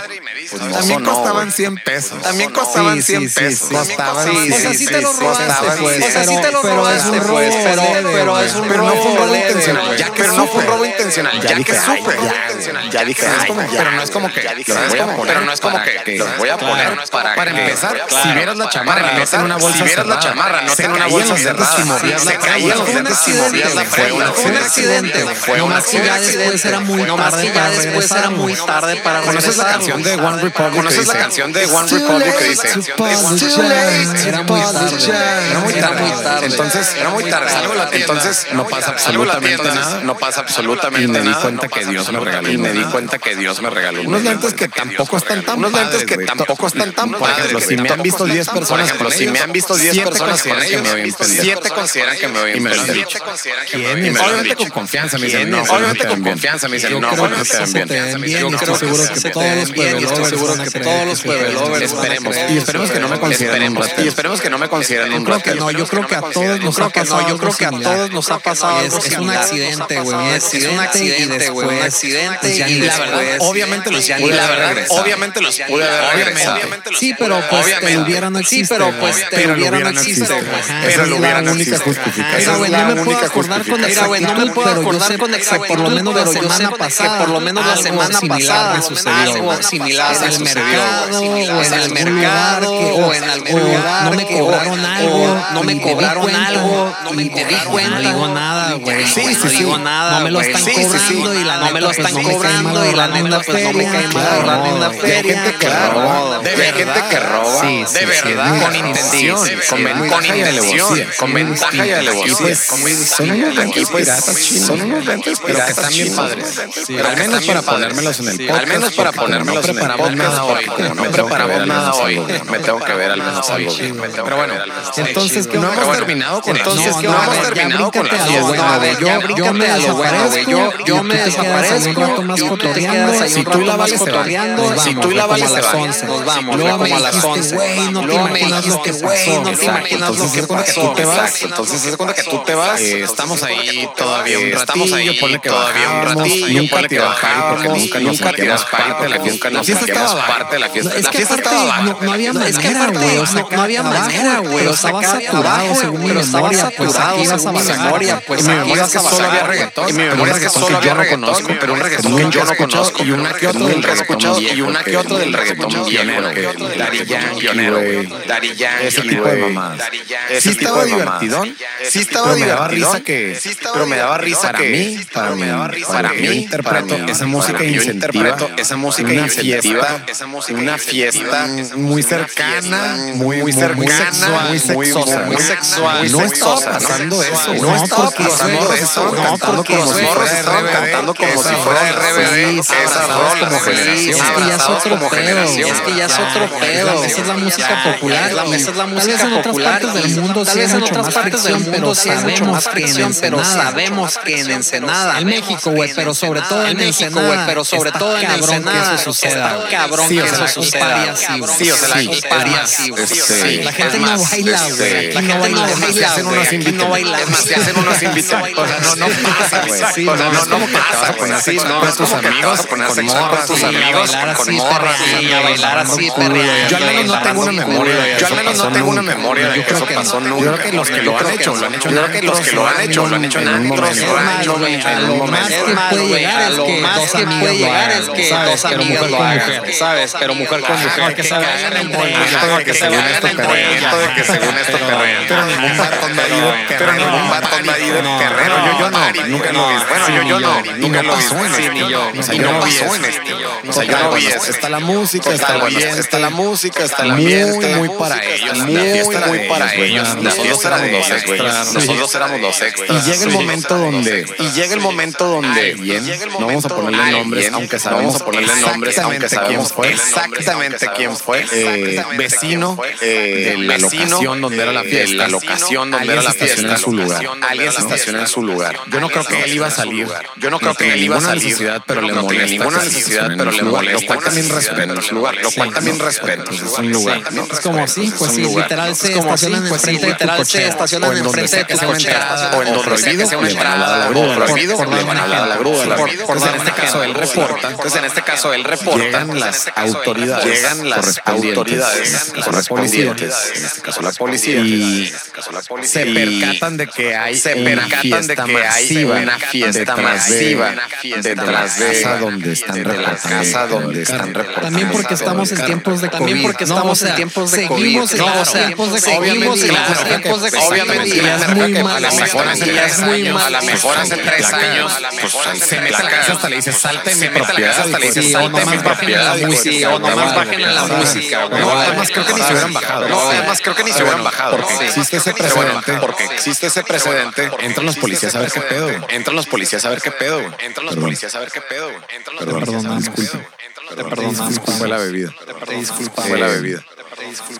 C: Pues no
B: También
C: sonó,
B: costaban
C: güey.
B: 100 pesos.
C: También
D: Sí,
C: costaban
D: sí,
C: 100
D: sí,
C: pesos.
D: sí.
B: Costaban
D: Sí,
E: O sea,
D: sí,
E: sí te lo
D: sí,
E: robaste,
D: costaban
E: pues. O sea, sí
D: cien.
E: te lo
D: Pero-
E: robaste,
D: pero es un
E: pues.
D: robo
E: Pero,
D: leve,
E: pero
D: güey.
E: es un
C: Pero no fue un robo
E: leve,
C: intencional,
E: güey.
C: ya que
E: Pero no fue un
C: supe.
E: robo intencional.
C: Ya
E: Ya
C: dije,
E: que
C: ay,
E: supe.
C: ya, ya dije, ay, ya,
B: pero no es como que
C: ya dije,
B: los
C: ¿sabes
B: voy a
C: cómo?
B: poner
C: pero no es como
B: para
C: que
B: que-
C: los voy a
B: claro,
C: poner
B: no es como
C: para,
B: que-
C: para empezar,
B: claro,
C: si vieras la
B: para
C: chamarra, no
B: empezar,
C: tiene una bolsa si vieras la
B: cerrada,
C: chamarra, no
B: se
C: tiene una
B: caían
C: bolsa
B: los lentes
C: cerrada,
B: y movías
C: se
B: la
C: caían
B: frente.
C: los
B: Fue un
C: lentes y
E: accidente,
C: movías la
E: güey.
C: frente.
E: Fue un accidente, güey.
C: fue un
D: Nomás que ya
C: accidente.
D: después era muy
E: Nomás
D: tarde
E: que ya
D: para
E: después era muy
D: regresarlo.
E: tarde para
C: ¿Conoces la canción de One Republic? ¿Conoces la canción de One Republic que dice?
D: Era muy tarde.
C: Era muy tarde. Entonces, era muy tarde.
B: Salgo a la tienda.
C: Entonces, no pasa
B: Salgo a la tienda.
C: absolutamente nada. No pasa absolutamente
B: Y me
C: nada.
B: di cuenta
C: No
B: que
C: pasa
B: Dios me regaló.
C: absolutamente nada. Y me di cuenta que Dios me regaló.
B: Unos lentes que tampoco están tan
C: Unos lentes
B: padres,
C: que
B: güey.
C: tampoco están tan
B: Por ejemplo,
C: padres,
B: si
C: güey.
B: me han visto 10
C: Por
B: personas
C: ejemplo,
B: con
C: si me
B: ellos,
C: han visto 10
B: siete
C: personas con
B: consideran que
C: ellos,
B: me ven pendejo.
C: 7 consideran que me voy a
B: Y me lo han
C: impendejo.
B: dicho.
C: Y me lo han
B: Obviamente
C: dicho.
B: con confianza me dicen,
C: ¿Quién
B: no,
C: es?
B: güey, no
C: Obviamente
B: te
C: con
B: ven bien.
C: confianza me
D: Yo
C: dicen, no,
D: creo
C: güey,
D: que
C: no te
D: eso
C: ven
D: se
C: bien.
D: te ven bien
C: Yo
D: y
C: creo
D: estoy seguro que
C: se te
D: todos
C: ven
D: los
C: bien.
D: pueblo
E: y estoy
D: lovers
E: seguro
D: van a
E: que
D: creer
E: todos los
D: se te ven
E: pueblo
D: bien.
E: lovers van a
C: Esperemos.
E: creer
C: Y
E: eso.
C: esperemos que no me consideren un ratero. Y esperemos que no me consideren
D: Yo
C: un
D: creo que
C: ratero.
D: no, yo creo que a todos nos ha
E: Creo que
D: pasado.
E: no, yo creo
D: algo
E: que a
D: similar.
E: todos nos ha pasado
D: Es,
E: algo
D: es un
E: similar.
D: accidente, güey. Un
E: Es un accidente, güey. Un accidente
D: y después, pues, ya
E: y
D: ni
E: la
D: después.
E: verdad,
C: obviamente los
E: ya ni
C: pude
E: la
C: haber
E: verdad,
C: regresado.
E: Obviamente los pude haber
C: Obviamente.
E: regresado.
D: Sí, pero pues te
C: Obviamente.
D: hubiera no
E: Sí,
D: existe.
E: pero
D: güey.
E: pues te
B: Pero lo
E: hubiera no
B: hubiera no
E: existe. pues,
B: existe,
D: Ajá,
E: güey.
B: Esa
D: esa
C: Pero
D: es
C: lo
D: la
C: hubieran
D: única
C: asistido.
B: justificación.
D: Mira,
C: Esa
D: güey,
C: es
D: no
C: la
D: me puedo
C: única
D: acordar con
C: justificación.
E: Mira, güey, no me
D: exactitud,
E: puedo
D: pero yo
E: acordar
D: sé
E: con
D: que
E: exactitud,
D: por lo menos la
E: pero yo
D: semana
E: sé que
D: pasada
E: por lo menos la
D: algo
E: semana
D: similar
E: pasada
D: me sucedió,
E: algo
D: güey.
E: similar
D: En
E: me
D: el
E: sucedió,
D: mercado,
E: güey.
D: o en
E: en el
D: algún
E: mercado
D: lugar que-
E: o en algún
D: o
E: lugar
D: no me
E: que-
D: cobraron
E: o-
D: algo, y
E: no me
D: me di
E: cobraron
D: cuenta,
E: algo
D: y
E: y
D: me
E: te di
D: cobraron
E: cuenta
D: algo. No digo nada, güey.
E: Sí,
D: Sí,
E: sí,
D: Pues sí,
E: no digo
D: sí.
E: nada,
D: No me lo
E: güey.
D: están
E: Sí, sí, sí.
D: cobrando y la
E: no me
D: neta,
E: lo
D: pues,
E: están
D: no
E: cobrando y la neta pues no me cae mal, la neta pues. feria.
B: gente que roba.
C: De verdad. gente que roba.
D: Sí, sí,
C: de
D: sí,
C: verdad.
D: es
C: Con
D: muy
C: intención.
B: sí,
C: Con
B: sí,
C: ven-
B: muy
C: Con
B: baja y
C: intención.
B: alevosía,
C: Con
B: muy
C: ventaja y
B: distinta. Y
C: alevosía.
B: pues,
C: con ventaja
B: son
C: y
B: unos
C: alevosía.
B: ventas
C: Pues,
B: piratas chinos.
C: Son unos ventas
B: Pero que
C: piratas
B: están bien
C: chinos.
B: padres.
C: Sí,
B: Pero
C: al
B: que
C: menos
B: están bien
C: para
B: padres.
C: ponérmelos en el
B: Sí,
C: podcast. Al menos para ponérmelos en el podcast hoy. Como no preparamos nada hoy. Me tengo que ver al menos algo. bien. Me tengo
B: Pero
C: que
B: bueno,
C: ver al menos algo.
D: entonces, ¿qué
C: no
D: onda?
C: hemos terminado con
D: Entonces,
C: eso.
D: ¿qué
C: No
D: onda?
C: hemos
D: Ya
C: terminado con
D: bríncate a
C: eso.
E: No,
D: lo bueno,
E: a ver,
D: yo-
E: ya
D: yo
E: bríncate
D: me
E: a lo bueno, güey. Yo,
D: desaparezco,
E: yo
D: tú
E: me
D: te quedas ahí un
E: desaparezco.
D: rato más
E: y tú te
D: cotorreando,
E: quedas ahí
D: si
E: un
D: tú
E: rato
D: la
E: más
D: vales, se va.
E: cotorreando.
D: Nos
E: Si
D: vamos,
E: tú la
D: como
E: vales,
D: a
E: se
D: las
E: va.
D: 11.
E: Nos vamos,
D: Luego
E: como
D: me
E: a las
D: dijiste,
E: 11.
D: güey, no te
E: Luego me
D: imaginas lo
E: dijiste,
D: que
E: güey,
D: pasó.
E: no te
D: Exacto,
E: imaginas lo
D: entonces
E: que
D: se cuenta que
E: pasó.
D: tú te vas.
E: Exacto,
C: Entonces se cuenta que tú te vas.
B: Eh,
C: Estamos ahí
B: todavía un
C: Estamos ahí
B: ratillo, ponle que
C: todavía un
B: bajábamos,
C: ratillo.
B: nunca
C: ponle que
B: te bajábamos,
C: bajábamos,
B: nunca nos
C: nunca te
B: sentíamos
C: das parte de la fiesta.
B: La fiesta
C: Nunca nos sentíamos
B: estaba baja.
C: parte de la fiesta.
D: Es
C: La
D: que
C: fiesta
D: aparte
C: estaba baja.
D: no, no había
E: Es que
D: manera,
E: aparte,
D: güey. o
E: no-
D: sea,
E: no había
D: abajo,
E: manera, güey,
D: Pero
E: o sea,
D: estaba
E: acá
D: saturado,
E: abajo,
D: según mi
E: pero estaba
D: memoria. Pues
E: saturado,
D: aquí ibas a
E: según mi
D: bajar.
E: memoria, pues
D: Y mi
E: aquí
D: memoria es que
E: ibas a
D: solo
E: bajar,
D: había
E: güey.
D: reggaetón.
C: Y mi
B: Pero
C: memoria
B: es
C: es que
B: que
C: solo había
B: yo no
C: reggaetón,
B: conozco,
C: pero un reggaetón
B: nunca
C: que yo
B: he
C: no
B: escuchado,
C: conozco.
B: y una que otra del
C: nunca he
B: reggaetón
C: escuchado. Y
B: viejo,
C: una que
B: que-
C: otra del reggaetón
B: que-
C: viejo.
B: que-
C: Dari
B: Yankee,
C: Yankee, güey.
B: güey.
C: Dari Yankee,
B: Ese tipo de
C: güey.
B: mamadas.
C: Daddy Yankee,
B: Sí
C: ese tipo
B: estaba
C: de mamadas.
B: divertidón,
C: Ese
B: sí
C: tipo
B: estaba
C: de
B: divertidón,
C: divertidón,
B: que-
C: Eh, sí estaba
B: pero me daba risa
C: divertidón,
B: que-
C: sí,
B: para
C: pero me
B: mí,
C: daba
B: para
C: risa
B: mí,
C: que-
B: yo interpreto
C: para mí,
B: esa música
C: para mí, yo
B: incentiva
C: interpreto esa música
B: una
C: incentiva,
B: fiesta,
C: esa música
B: una
C: incentiva,
B: fiesta
C: una
B: muy
C: fiesta
B: cercana,
C: muy-
B: muy
C: muy cercana,
B: cercana, muy
C: muy
B: sexosa,
C: muy sexual,
B: muy
C: muy
B: estaba
C: sexosa,
B: pasando
C: ¿no?
B: eso,
C: No
B: güey.
C: estaba
B: porque
C: pasando
B: los
C: eso,
B: estaban
C: güey.
B: cantando
C: Porque
B: como
C: los
B: si
C: morros
B: fuera
C: estaban
B: RBD,
C: cantando como
B: esas
C: si fuera
B: rolas,
C: RBD,
B: sí,
C: esas
B: abrazados
C: rolas,
B: como
C: sí,
B: generación.
E: Es que ya es
C: abrazados
E: otro
C: como
E: pedo.
C: generación.
E: Es que ya es otro
D: Ya,
E: pedo.
D: ya, esa es la música popular,
E: es la-
D: y
E: Esa es la
D: tal
E: música
D: vez en otras
E: popular.
D: partes del
E: y
D: mundo
E: Tal
D: sí
E: vez
D: hay
E: en
D: mucho
E: otras
D: más
E: partes del
D: fricción,
E: mundo
D: pero
E: sí hay mucho
D: sabemos
E: más
D: que en
E: fricción, pero
D: Ensenada-
E: sabemos que en Ensenada.
D: En México, güey, pero sobre todo en
E: En México, güey,
D: Ensenada,
E: pero sobre
D: está
E: todo en
D: cabrón que
E: Ensenada.
D: eso suceda,
E: Está
D: güey.
E: Cabrón
D: Sí,
E: que
D: o sea,
E: eso
D: un
E: suceda.
D: party así,
E: güey.
D: sí, o sea,
E: Sí,
D: la-
E: un party así, güey.
C: Este,
E: Sí.
D: La gente
C: es
D: no
C: más,
D: baila, güey.
C: este,
D: Aquí no baila,
C: es más,
D: güey.
C: se hacen unos
E: Aquí no
C: inviten.
E: baila.
C: Es más, se hacen unos invitan. O sea, no, no pasa, güey.
D: Sí,
C: o sea,
D: no,
C: no,
D: es
C: no
D: como que te
C: pasa,
D: vas a
C: güey.
D: poner
C: Sí,
D: sexual
C: no,
D: con
C: es
D: tus
C: como que te vas a poner
B: amigos,
C: sexual
B: con
C: con
B: morras,
C: tus
D: y
C: amigos,
D: a bailar
C: con
D: así,
C: morras.
D: perreando,
C: sí,
D: y a bailar así, perreando,
C: Yo al menos no tengo una memoria. Yo al menos no tengo una memoria de que eso pasó nunca.
B: Yo creo que los que lo han hecho, lo han hecho
C: Yo creo que los que lo han hecho, lo han hecho
B: en
C: nada.
B: un momento.
C: Lo han hecho, lo han hecho en un
D: Lo
C: momento.
D: más que
E: más,
D: puede
E: güey,
D: llegar
E: a
D: es
E: lo
D: que
E: más
D: dos
E: que
D: amigas
E: puede
D: lo
E: llegar
D: hagan,
E: es que
D: ¿sabes?
E: dos
D: Pero
E: amigas
D: mujer
E: lo
D: con
E: hagan,
D: mujer.
E: ¿sabes? Pero mujer con
C: Ajá,
E: mujer.
D: que se vayan
E: hagan
D: en
E: entre
D: bolas.
E: ellas.
C: Esto de que según esto perrean, esto de que según esto perrean.
B: Pero ningún vato no ha ido de
C: Pero
B: perrero.
C: ningún vato no ha ido de
B: No,
C: perrero.
B: no,
C: Yo, yo
B: Mari,
C: no. Nunca
B: güey,
C: lo vi.
B: no,
C: Bueno,
B: sí,
C: yo, yo
B: ni
C: no.
B: yo,
C: Nunca
B: ni
C: lo vi.
B: pasó en este,
C: Sí, ni yo.
B: ni
C: Y
B: yo
C: no
B: vi
C: pasó en
B: este.
C: este.
B: O sea, yo no vi eso. Está la música, está el
C: bueno,
B: ambiente,
C: está la música, está la
B: Muy,
C: fiesta,
B: muy
C: la
B: para
C: música,
B: ellos, la
C: está la
B: fiesta
C: fiesta
B: era
C: muy
B: de
C: para
B: ellos,
C: ellos.
B: güey,
C: Nosotros
B: nosotros
C: éramos
B: éramos
C: los
B: los
C: extras.
B: extras,
C: Nosotros éramos los extras.
B: Y llega el
C: Sí.
B: momento donde-
C: Y llega el momento donde.
B: no vamos a ponerle
C: Alguien,
B: nombres, aunque sabemos
C: vamos a ponerle nombres, aunque sabemos
B: quién fue.
C: exactamente quién fue,
B: Eh,
C: vecino
B: eh,
C: de la locación donde era la fiesta,
B: de la
C: locación
B: donde era la fiesta,
C: alguien se estaciona en su lugar.
B: Yo no creo que él iba a salir.
C: Yo no creo que él iba a salir. Yo no creo que ninguna necesidad, pero le molesta.
B: Lo cual también respeto.
C: Es un lugar, Lo cual
B: Sí,
C: también
B: ¿no?
C: respeto.
B: Entonces, es un lugar.
C: Sí,
B: ¿no?
D: Es como sí, pues sí, literal se estacionan
E: pues
D: enfrente
E: sí,
D: de tu
E: literal se
D: cochera.
E: estacionan
D: O en donde
E: enfrente
D: sea
E: de
D: que
E: tu
D: sea una
E: cochera.
D: entrada,
C: o en donde
D: prohibido,
C: olvido sea
D: le
C: una
D: van a
C: entrada,
D: dar
C: o
D: la grúa.
C: prohibido
D: Por- por
C: le van a
D: dar un
C: dar la
D: ejemplo.
C: grúa. la
D: Por- por
C: grúa. Entonces
D: dar
C: en
D: un
C: este caso
D: ejemplo.
C: él reporta, entonces en este caso él reporta, este
B: Llegan las autoridades
C: llegan las
B: correspondientes,
C: autoridades,
B: en este caso la policía,
C: correspondientes, en este caso la policía,
B: y
C: en este caso la policía,
B: se
C: y
B: percatan de que hay
C: se
B: una
C: percatan de
B: fiesta
C: que hay
B: masiva
C: una fiesta
B: detrás de-
C: masiva
B: de la
C: detrás de
B: casa donde están
C: de la
B: reportando
C: casa
B: el carro.
C: donde están reportando.
D: También porque estamos en tiempos de COVID.
E: También porque
D: ¿no?
E: estamos
D: O sea,
E: en tiempos de COVID.
D: seguimos en
E: No,
D: los
E: o sea,
D: tiempos de COVID.
E: seguimos en
C: claro,
E: los tiempos de COVID.
C: Obviamente,
E: Y
C: claro,
E: es
C: creo
D: muy
C: que
D: mal
C: a lo mejor hace
D: visto,
C: tres
D: es muy
C: años, a
D: mal
C: lo mejor hace
D: visto.
C: tres
D: La
C: años,
D: cagas.
C: pues,
B: Se mete a la casa hasta le dice, salte mi
C: se mete a la casa
B: propiedad.
C: hasta le dice,
D: Sí,
C: salte
D: o nomás
C: mi
D: bajen la
C: propiedad. hijo de
D: música,
C: tu
E: o
C: puta
E: nomás
C: madre".
E: bajen la
C: ¿Sabes?
E: música, güey.
C: No,
E: Sí.
C: además creo que ni se hubieran bajado.
B: Sí.
C: No, además creo que ni se hubieran bajado.
B: porque
C: Sí.
B: existe ese
C: Pero bueno,
B: precedente.
C: Porque existe ese precedente.
B: Entran los policías a ver qué pedo. güey.
C: Entran los policías a ver qué pedo. güey. Entran los policías a ver qué pedo. güey. Entran los
B: Perdón,
C: policías a ver qué
B: disculpe.
C: pedo. Entran los
B: Te
C: policías a ver
B: perdonamos,
C: qué pedo. Fue la bebida.
D: Te disculpamos.
C: Fue la
B: Eh,
C: bebida.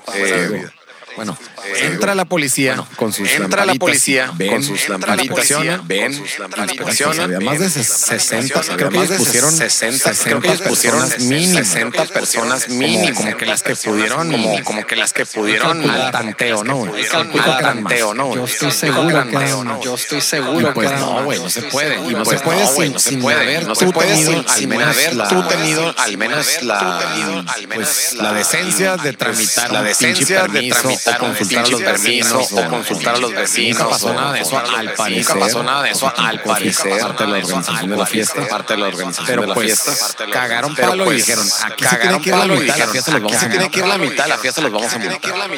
C: Fue la bebida. Eh,
B: Bueno, entra la policía con sus
C: Entra la
B: lamparitas,
C: policía
B: ven,
C: con sus
B: entra la
C: lamparitas,
B: policía,
C: ven,
B: ven,
C: inspeccionan,
B: Había más de ses- 60, creo que
C: más
B: ellos
C: de
B: pusieron
C: 60, creo que ellos
B: 60
C: pusieron
B: personas mínimo.
C: 60 personas mínimo,
B: como que las que pudieron,
C: como, como que las que pudieron
B: al tanteo, ¿no? güey?
C: Calculo que eran más.
B: Tanteo, ¿no? güey?
D: Yo estoy
B: Calculo
D: seguro
B: que eran
D: que
B: más.
D: eran más.
E: Yo estoy
B: Y
E: seguro,
B: pues
E: que
B: no,
E: no,
B: güey,
E: yo
B: no se
E: estoy
B: puede.
E: seguro.
B: Y no se
C: Pues
B: puede
C: no, güey,
B: sin,
C: no se
B: sin
C: puede.
B: haber
C: No se
B: tú
C: puede
B: tenido
C: sin-
B: al
C: sin
B: menos
C: haber
B: la,
C: tú tenido al menos la-
B: pues, la Pues, decencia de tramitar
C: la
B: un pinche
C: decencia de
B: permiso
C: tramitar
B: o
C: un
B: consultar consultar a los permisos o consultar a los vecinos. Nunca pasó nada de eso al parecer. Nunca pasó nada de eso al parecer. Parte de la organización de la fiesta. Parte de la organización pues, de la fiesta. Cagaron palo y dijeron, aquí cagaron palo y dijeron, aquí se tiene que ir la mitad de la fiesta, los vamos a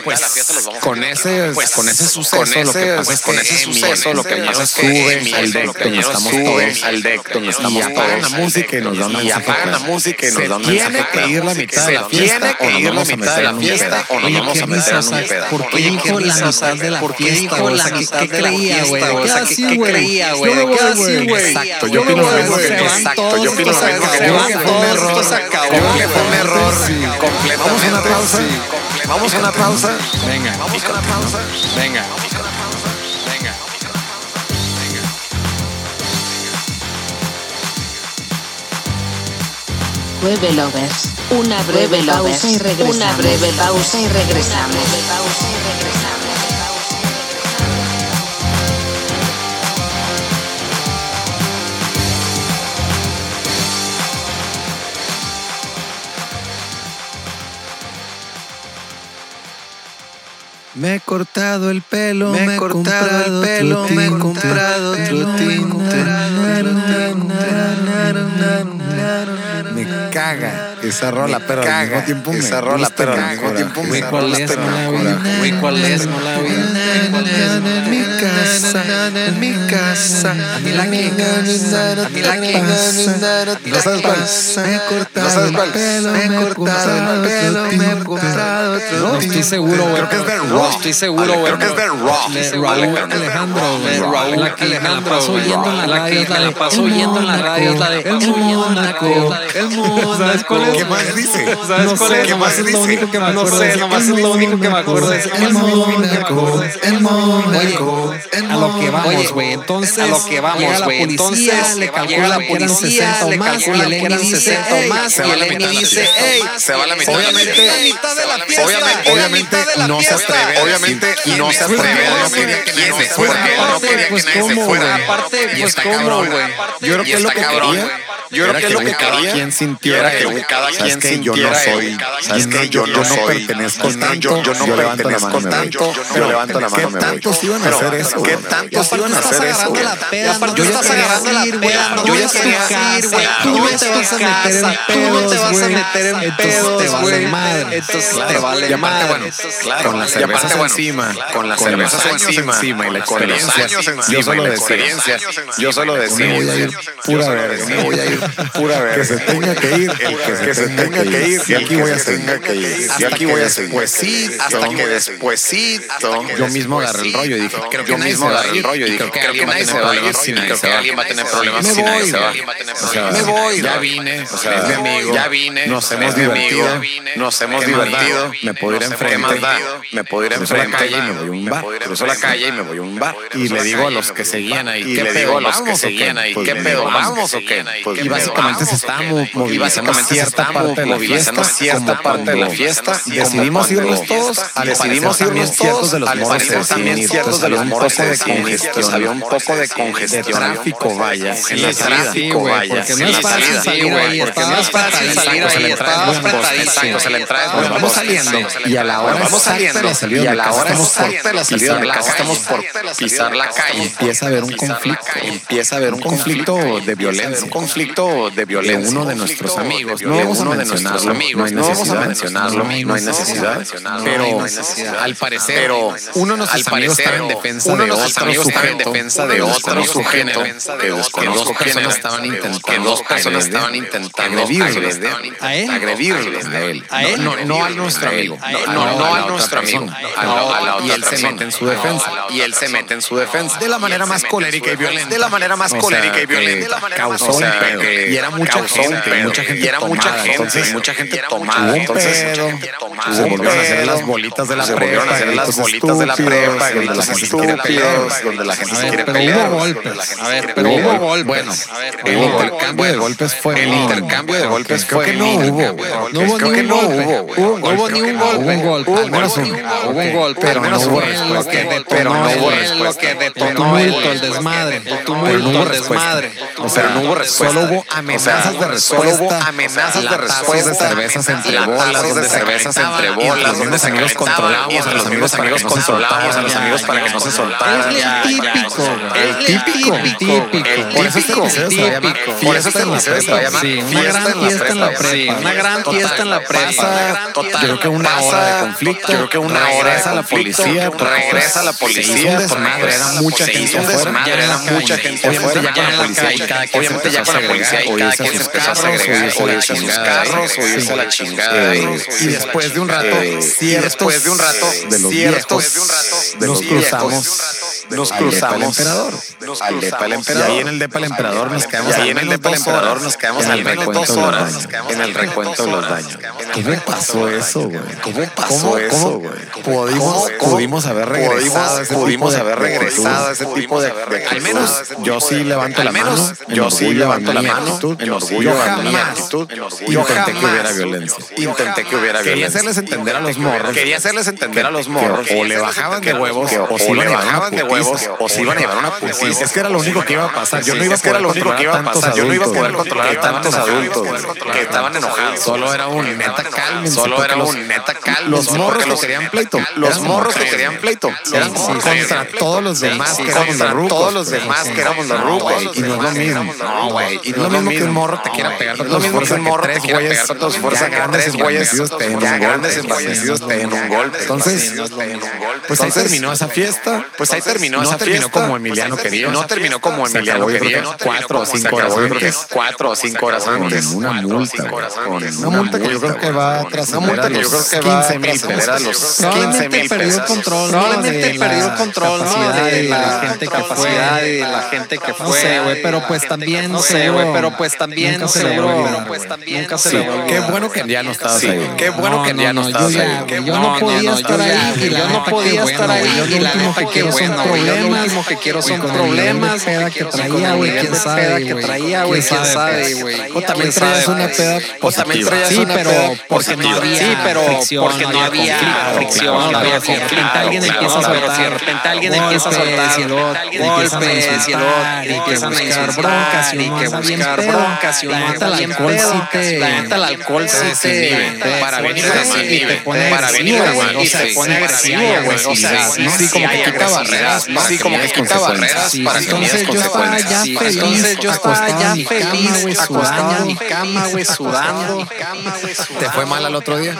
B: Pues con ese, con ese suceso, lo que pasa es con ese suceso, lo que pasa es que al deck donde estamos todos, al deck donde estamos todos. la música y nos dan Y apagan la música y nos dan Tiene que ir la mitad de la fiesta o nos vamos a meter en un pedo. O nos vamos a meter en un pedo.
D: ¿Por qué dijo la mitad de la fiesta? ¿Qué creía, güey?
E: ¿Qué creía, güey?
B: Exacto, yo opino lo mismo que Exacto, yo opino lo mismo que
E: Esto se acabó.
B: un error completamente. Vamos a una pausa. Vamos a una pausa.
D: Venga,
B: Vamos a una pausa.
D: venga.
F: Breve lovers. Una breve pausa y regresamos. Una breve pausa y regresamos.
D: Me he cortado el pelo,
E: Me he cortado el pelo, me he comprado otro tinte.
B: Me caga esa rola, pero al mismo tiempo me
C: esa rola,
B: gusta,
C: pero al
B: me
C: mismo
B: encoraja.
C: tiempo
D: Güey,
C: me
D: ¿cuál es? No la vi. Güey, ¿cuál es? No la vi. Güey, ¿cuál es? No la vi.
E: En mi casa, en mi casa. A mí la que a mí la que
B: ¿No sabes cuál?
E: Me he cortado
B: el pelo,
E: me he cortado el pelo, me he cortado
D: No estoy seguro, güey.
C: Creo que es de
D: No
C: Raw.
D: estoy seguro,
C: Ale,
D: güey.
C: creo que es de Raw.
D: Le-
C: Sí,
D: Raúl
C: Ale, creo que es de
D: Alejandro, güey.
C: Raw.
D: Raúl, la que me la paso oyendo en la
E: Raúl.
D: radio es la de
E: Me la paso oyendo en la radio es la de-
D: El Mónaco, el Mónaco. ¿Sabes cuál es?
C: ¿Qué más dice?
D: ¿Sabes
C: No
D: cuál
C: sé,
D: es?
C: ¿qué
D: Nomás
C: más
D: es
C: dice?
D: lo único que me
C: No
D: acuerdo.
C: sé,
D: Es
C: nomás es lo único que me acuerdo.
D: Es
C: Es el
D: Mónaco, el Mónaco. A lo que
E: Oye,
D: vamos, güey. Entonces,
E: a lo que vamos,
D: llega la
E: güey.
D: policía,
E: Entonces,
D: le
E: llega la
D: calcula que eran
E: policía,
D: 60 o
E: le
D: más, y
E: calcula
D: el
E: que
D: Eni
E: eran
D: dice,
E: 60 o
D: "Ey,
E: más",
D: se
E: y
D: va
E: el
D: la
E: Eni
D: mitad de la
E: dice,
D: fiesta.
E: "Ey,
C: Se va la mitad de la
B: Obviamente-
C: fiesta.
B: Obviamente, obviamente no se atreve a decir
C: Obviamente
B: no se
C: Pues,
B: atreve a
C: no
B: decir
C: quería que
B: quién
C: nadie
B: es,
C: se fuera,
B: porque
C: no
B: aparte,
C: quería que
B: pues,
C: nadie se
B: ¿cómo,
C: fuera.
B: güey?
C: Aparte,
B: Y
C: pues,
B: está
C: ¿cómo,
B: cabrón,
C: güey?
B: Yo creo
C: Y
B: que lo
C: está
B: que
C: cabrón,
B: quería
C: güey. Yo creo que lo que
B: cada
C: quería
B: quien sintiera
C: era
B: que
C: que cada
B: sabes
C: quien
B: que yo no
C: sintiera
B: soy,
C: el-
B: sabes que yo no soy, pertenezco
C: yo no-
B: tanto,
C: yo- yo no
B: levanto la
C: pertenezco
B: mano, me voy.
C: tanto,
B: Yo- yo
C: pero
B: levanto la mano,
C: ¿qué
B: me voy.
C: tantos iban a
B: Pero,
C: hacer eso,
B: ¿Qué
C: güey?
B: tantos
C: Y aparte
B: iban a
C: estás
B: hacer eso,
C: agarrando
B: güey?
C: la
D: Y aparte tú
E: Yo ya
D: estás
E: quería
D: agarrando la
E: ir,
D: peda,
E: güey,
D: no
C: yo
D: vayas
C: ya
D: a tu
C: quería ir,
D: casa,
C: güey,
D: tú
C: yo
D: no
C: ya
D: te
C: quería
D: vas a
C: ir a
D: meter en
C: casa,
E: tú no te
D: pedos,
E: vas a
D: güey.
E: meter en
D: Entonces te
E: pedos,
D: vale
E: güey.
D: madre.
E: Entonces
D: Claro.
E: te vale
D: Y aparte,
E: madre.
D: bueno,
C: claro,
B: con las
C: y aparte,
B: cervezas
C: bueno,
B: encima, con las
C: con los
B: cervezas
C: años
B: encima,
C: encima,
B: y la
C: con los
B: experiencia,
C: años encima,
B: yo
C: y
B: solo
C: la
B: decía,
C: experiencia,
B: yo solo decía,
C: Me voy a ir
B: pura verga, me voy a ir pura verga, que se tenga que ir, el que se tenga que ir, y aquí voy a seguir, y aquí voy a seguir,
C: Pues sí, hasta que despuesito.
B: yo mismo agarré el rollo y dije, creo que
C: yo mismo agarré el rollo y dije,
B: creo que nadie se va a ir sin
C: creo que alguien va a tener problemas
B: Me
C: si nadie se
B: voy,
C: va.
B: güey.
C: O sea,
B: Me voy,
C: Ya
B: güey.
C: vine,
B: O sea,
C: es mi amigo,
B: ya
C: ya
B: vine,
C: vine,
B: nos hemos
C: es mi amigo,
B: divertido,
C: nos hemos
B: ¿qué más da?
C: divertido,
B: Me puedo ir
C: nos hemos
B: enfrente.
C: divertido, me puedo ir
B: Cruzo la
C: enfrente
B: calle y me voy a un
C: me
B: bar.
C: puedo ir
B: Cruzo la
C: enfrente.
B: calle y me voy a un bar.
C: puedo ir
B: Y le
C: enfrente.
B: digo a los
C: Me
B: que
C: voy a
B: seguían
C: un bar.
B: ahí,
C: Y
B: ¿qué
C: le
B: pedo?
C: digo a los que
B: ¿Vamos o
C: seguían ahí,
B: qué? Pues
C: ¿qué
B: le
C: pedo?
B: digo,
C: ¿Vamos o qué?
B: Y
C: Pues le digo,
B: básicamente
C: ¿vamos
B: se
C: o
B: está
C: qué?
B: movilizando
C: Y básicamente se
B: cierta
C: está
B: parte de la
C: movilizando
B: fiesta,
C: cierta
B: como
C: parte de la
B: cuando
C: fiesta.
B: decidimos
C: como
B: irnos
C: cuando
B: todos, al
C: decidimos
B: parecer
C: irnos
B: también ciertos
C: todos,
B: de los
C: al
B: moros
C: parecer también
B: cercinistas,
C: ciertos de
B: pues había
C: los
B: un
C: moros
B: poco de
C: cercinistas,
B: congestión,
C: había un poco de
B: de
C: congestión,
B: tráfico, vaya, en la
C: de tráfico,
B: salida.
C: vaya,
D: porque no
C: en
D: es
C: la
D: fácil salir
C: salida. Sí,
D: ahí,
C: güey, porque
D: está
C: no es
D: más
C: fácil
D: fácil
C: salir pues,
D: salir
C: ahí,
D: ahí,
C: está más
D: está más
C: apretadísimo,
D: apretadísimo.
C: se le pues, entra,
B: Bueno, vamos saliendo y a la hora
C: vamos
B: exacta de
C: saliendo
B: la salida
C: y
B: de
C: a
B: mi
C: la
B: casa
C: hora
B: estamos por
C: exacta de la salida
B: pisar
C: de mi
B: la
C: casa
B: calle.
C: estamos por pisar la calle.
B: Empieza a haber un conflicto,
C: Empieza a haber un conflicto de violencia, un conflicto de violencia.
B: De uno de nuestros amigos. No
C: de
B: vamos a
C: uno de
B: mencionarlo,
C: nuestros
B: no hay
C: amigos. No vamos a
B: necesidad.
C: mencionarlo, no hay necesidad.
B: Pero al parecer, uno de nuestros amigos estaba en defensa de otro sujeto,
C: defensa de otro
B: desconozco
C: sujeto,
B: género,
C: que
B: que
C: desconozco
B: dos
C: género,
B: personas estaban
C: que
B: intentando
C: dos personas
B: agredir-
C: estaban intentando
B: agredirlo.
C: agredirlo,
D: ¿A él?
C: agredirlo
B: a él.
D: ¿A él?
B: No, no, no al nuestro amigo.
D: A él.
B: No,
C: no,
B: no,
C: no
B: a
C: al
B: la otra
C: nuestro amigo.
B: persona.
C: A la- a la
B: Y
C: otra
B: él se
C: persona.
B: mete en su defensa.
C: Y él se mete en su defensa.
B: De la manera más colérica y violenta.
C: De la manera más
B: O sea,
C: colérica y
B: que
C: violenta. De la manera más-
B: causó
C: o sea,
B: un pedo.
C: que
B: Y era mucha
C: causó un
B: gente,
C: pedo.
B: mucha gente
C: Y era mucha
B: tomada,
C: gente.
B: entonces,
C: mucha gente
B: Hubo
C: tomada.
B: un
C: Entonces,
B: pedo,
C: tomada.
B: se volvieron a hacer
C: Pedo.
B: las bolitas de la
C: se
B: prepa,
C: volvieron a hacer las
B: gritos
C: bolitas de la prepa,
B: estúpidos,
C: gritos
B: donde la gente se quiere pelear.
C: estúpidos, donde la gente
D: A
C: se quiere
D: ver, pero
C: pelear.
D: hubo golpes. A ver, pero
B: Hubo
D: hubo
B: gol-
D: golpes.
B: Bueno,
D: A ver,
B: el
D: hubo
B: intercambio de golpes fue
C: El intercambio de golpes
B: creo
C: fue
B: que no
C: el
B: hubo,
C: intercambio de
B: güey.
C: golpes.
B: no hubo
C: Creo
B: ni
C: que
B: un
C: no
B: golpe.
C: hubo, güey.
B: Hubo un
D: No hubo ni un golpe.
B: Hubo un golpe,
D: Hubo
B: al menos
D: un-
B: uno.
D: Hubo un golpe.
B: Pero no hubo
D: fue lo
B: respuesta.
D: que detonó
B: Pero no
D: el-
B: hubo
D: lo que
C: respuesta.
D: detonó
C: Pero no
D: el
C: hubo
D: tumulto, el desmadre. El
B: Pero no
D: tumulto,
B: hubo
D: el
B: respuesta.
D: desmadre.
B: O sea, no hubo respuesta.
D: Solo hubo
B: hubo amenazas de respuesta.
C: hubo amenazas de
B: Tazas de
C: respuesta.
B: cervezas entre bolas,
C: Tazas
B: de cervezas entre bolas,
C: donde
B: unos amigos controlamos, a los amigos para que
C: amigos
B: no se
C: controlamos, a los
B: soltaran,
C: amigos para que no se soltaran.
D: Es
C: Ya,
D: el
C: ya,
D: típico,
C: ya,
D: güey.
C: ya.
B: El típico,
D: El típico.
C: El
B: Por eso este
C: típico,
B: museo se va a llamar
C: típico.
B: Fiesta
C: Por eso este
B: en la
C: museo se va a
B: Prepa.
C: llamar
D: Sí, una
C: Fiesta
D: gran fiesta en la
C: Prepa.
D: prepa.
C: Sí,
D: Una gran
C: total,
D: fiesta en la
C: total,
D: prepa.
C: pasa,
B: Total,
C: creo que una
B: pasa,
C: hora de conflicto,
B: creo que una
C: regresa
B: hora de
C: la
B: conflicto,
C: policía,
B: creo que una
C: regresa
B: hora.
C: la
B: Se hizo
C: policía,
B: un desmadre, era mucha
C: se
B: gente
C: hizo un
B: afuera,
C: desmadre,
B: ya
C: era
B: era
C: mucha
B: calle.
C: gente
B: Obviamente
C: afuera,
B: ya con
C: ya
B: la
C: era
B: policía
C: calle,
B: y cada quien
C: obviamente
B: se
C: ya con la policía y cada quien se empezó a segregar, o irse a sus carros, o irse a la chingada,
B: Eh,
C: o
B: y
C: irse a la
B: después de un
C: chingada.
B: rato,
C: Eh, y
B: ciertos
C: después de un rato,
B: de los
C: ciertos
B: viejos,
C: de un rato,
B: de los
C: viejos,
B: cruzamos,
C: nos
B: al depa del
C: cruzamos
B: emperador.
C: al depa del emperador.
B: Y ahí en el depa del emperador nos quedamos
C: Y ahí
B: al
C: en el
B: menos
C: depa del
B: dos
C: emperador
B: horas.
C: nos quedamos
B: En
C: al
B: el
C: menos
B: recuento
C: dos
B: de los
C: horas.
B: daños.
C: En el recuento de los daños.
B: ¿Qué me pasó eso, güey?
C: ¿Cómo pasó eso, güey?
B: Pudimos,
C: ¿Cómo
B: pudimos haber regresado. a ese tipo
C: Pudimos, pudimos
B: de-
C: haber
B: de
C: regresado a
B: actitud.
C: ese tipo de. de-
B: Al menos yo sí levanto
C: Al
B: la
C: menos
B: mano. en
C: yo
B: orgullo
C: sí levanto la
B: mi
C: mano,
B: actitud,
C: en
B: yo
C: orgullo
B: sí levanto
C: levanto
B: mi
C: la mano.
B: actitud,
C: En orgullo
B: y intenté
C: jamás.
B: que hubiera violencia.
C: Intenté que hubiera
B: Quería
C: violencia.
B: hacerles entender a los morros.
C: Quería hacerles entender a los morros.
B: o le bajaban de huevos,
C: que
B: o se
C: o
B: iban a
C: le
B: llevar una
C: bajaban de
B: putiza.
C: huevos, o se iban a llevar una
B: Sí,
C: putiza.
B: es que era lo único que iba a pasar. Yo no iba a
C: es que era
B: poder
C: lo único que iba a
B: controlar
C: pasar. Yo no iba a poder controlar a tantos adultos
B: güey.
C: que estaban enojados.
B: Solo era un neta calmen.
C: Solo era un neta calma.
B: Los morros lo querían pleito.
C: Los
B: Eran
C: morros que
B: morros.
C: querían pleito.
B: Sí,
C: Eran
B: sí,
C: morros.
B: contra todos los demás que éramos
C: Contra
B: los rucos.
C: todos los
B: güey.
C: demás
B: Sí.
C: que éramos los
B: No,
C: rucos.
B: güey, Y no es lo mismo.
C: No, güey.
B: Y no es lo mismo que un morro te quiera pegar
C: Lo mismo que un morro te quiera pegar con dos fuerzas.
B: Ya grandes
C: tres güeyes.
B: embarnecidos te den
C: Ya
B: un
C: grandes
B: golpe, güey.
C: embarnecidos te den un golpe.
B: Entonces, pues ahí
C: Entonces,
B: terminó esa fiesta.
C: Pues ahí terminó
B: No
C: esa
B: terminó
C: fiesta.
B: como Emiliano
C: Pues ahí
B: quería.
C: No terminó como
B: Se
C: Emiliano
B: acabó, yo creo
C: quería.
B: que cuatro o
C: Se
B: cinco
C: acabó,
B: horas
C: yo creo
B: antes.
C: que es Cuatro o cinco horas antes.
B: Con una
C: Cuatro o
B: multa,
C: cinco
B: güey.
C: horas antes.
B: Una multa que yo creo que va a
C: Una
B: trascender
C: multa que
B: a
C: yo creo
B: los
C: que va a
B: 15,000 pesos.
C: trascender a los
D: Probablemente
C: 15,000
D: perdió el
C: pesos.
D: control. ¿no?
E: Probablemente
D: de la
E: perdió el control, ¿no?
D: capacidad
E: De
D: y
E: la
D: gente
E: capacidad
D: capacidad
E: y
D: y
E: de
D: la gente que fue. No sé, güey, pero pues también.
E: No sé,
D: seguro,
E: güey, pero pues también
D: Nunca se le va a
E: seguro,
D: olvidar,
E: pero pues
D: güey.
E: también
D: Nunca se
B: Sí,
D: le va a olvidar.
B: qué bueno que ya no estabas
C: Sí,
B: ahí.
C: qué bueno que ya no
D: yo
C: estabas
D: ya,
C: ahí.
D: güey, yo no podía estar ahí, y la
E: yo no
D: neta,
E: podía
D: qué bueno,
E: estar
D: güey,
E: ahí,
D: yo
E: y la
D: lo último
E: neta,
D: que
E: qué
D: quiero son
E: bueno, güey, yo lo último
D: problemas,
E: que quiero
D: güey,
E: son
D: con el nivel de
E: problemas,
D: peda que
E: con el
D: traía,
E: nivel
D: güey,
E: de
D: quién
E: peda
D: sabe,
E: que
D: güey,
E: traía, güey, quién sabe, güey.
D: O también
E: Quién
D: traías
E: sabe,
D: una
E: güey.
D: peda
C: O también
B: positiva.
C: traías
D: Sí,
C: una
D: pero
C: peda
D: porque no
C: positiva.
D: había
E: Sí, pero
D: fricción,
E: porque no había
D: conflicto,
E: fricción,
D: claro,
E: no había
D: claro,
E: conflicto.
D: claro,
E: Alguien
D: claro,
E: empieza a
D: claro,
E: soltar,
D: sí,
E: de repente alguien empieza a soltar, golpes,
D: golpes,
E: y el otro,
D: y
E: empiezan a
D: buscar
E: insultar,
D: broncas,
E: y
D: y
E: que buscar broncas, y
D: la
E: uno
D: neta,
E: anda
D: el
E: bien
D: alcohol
E: pedo.
D: sí te-
E: La neta, el alcohol sí
D: te
E: te-
D: desinhibe.
E: te
C: Para venir
E: pone
C: a la
E: agresivo,
C: madre,
E: te pone
C: para venir
E: agresivo,
C: a la madre,
E: güey, o sea,
C: sí,
E: te pone
C: sí,
E: agresivo,
C: sí,
E: güey, o sea,
C: agresividad,
E: sí,
C: ¿no?
E: sí,
C: Sí, como
E: hay
C: que quita
E: agresividad,
C: barreras,
E: ¿no?
C: sí, como que
E: Sí,
C: quita barreras
D: Sí,
C: para que midas
D: entonces yo estaba
C: consecuencias.
D: ya
E: Sí,
D: feliz,
E: entonces yo estaba
D: acostado en
E: ya
D: mi cama, güey,
E: feliz, acostado en mi
D: sudando.
E: cama, güey, sudando.
B: ¿Te fue mal al otro día?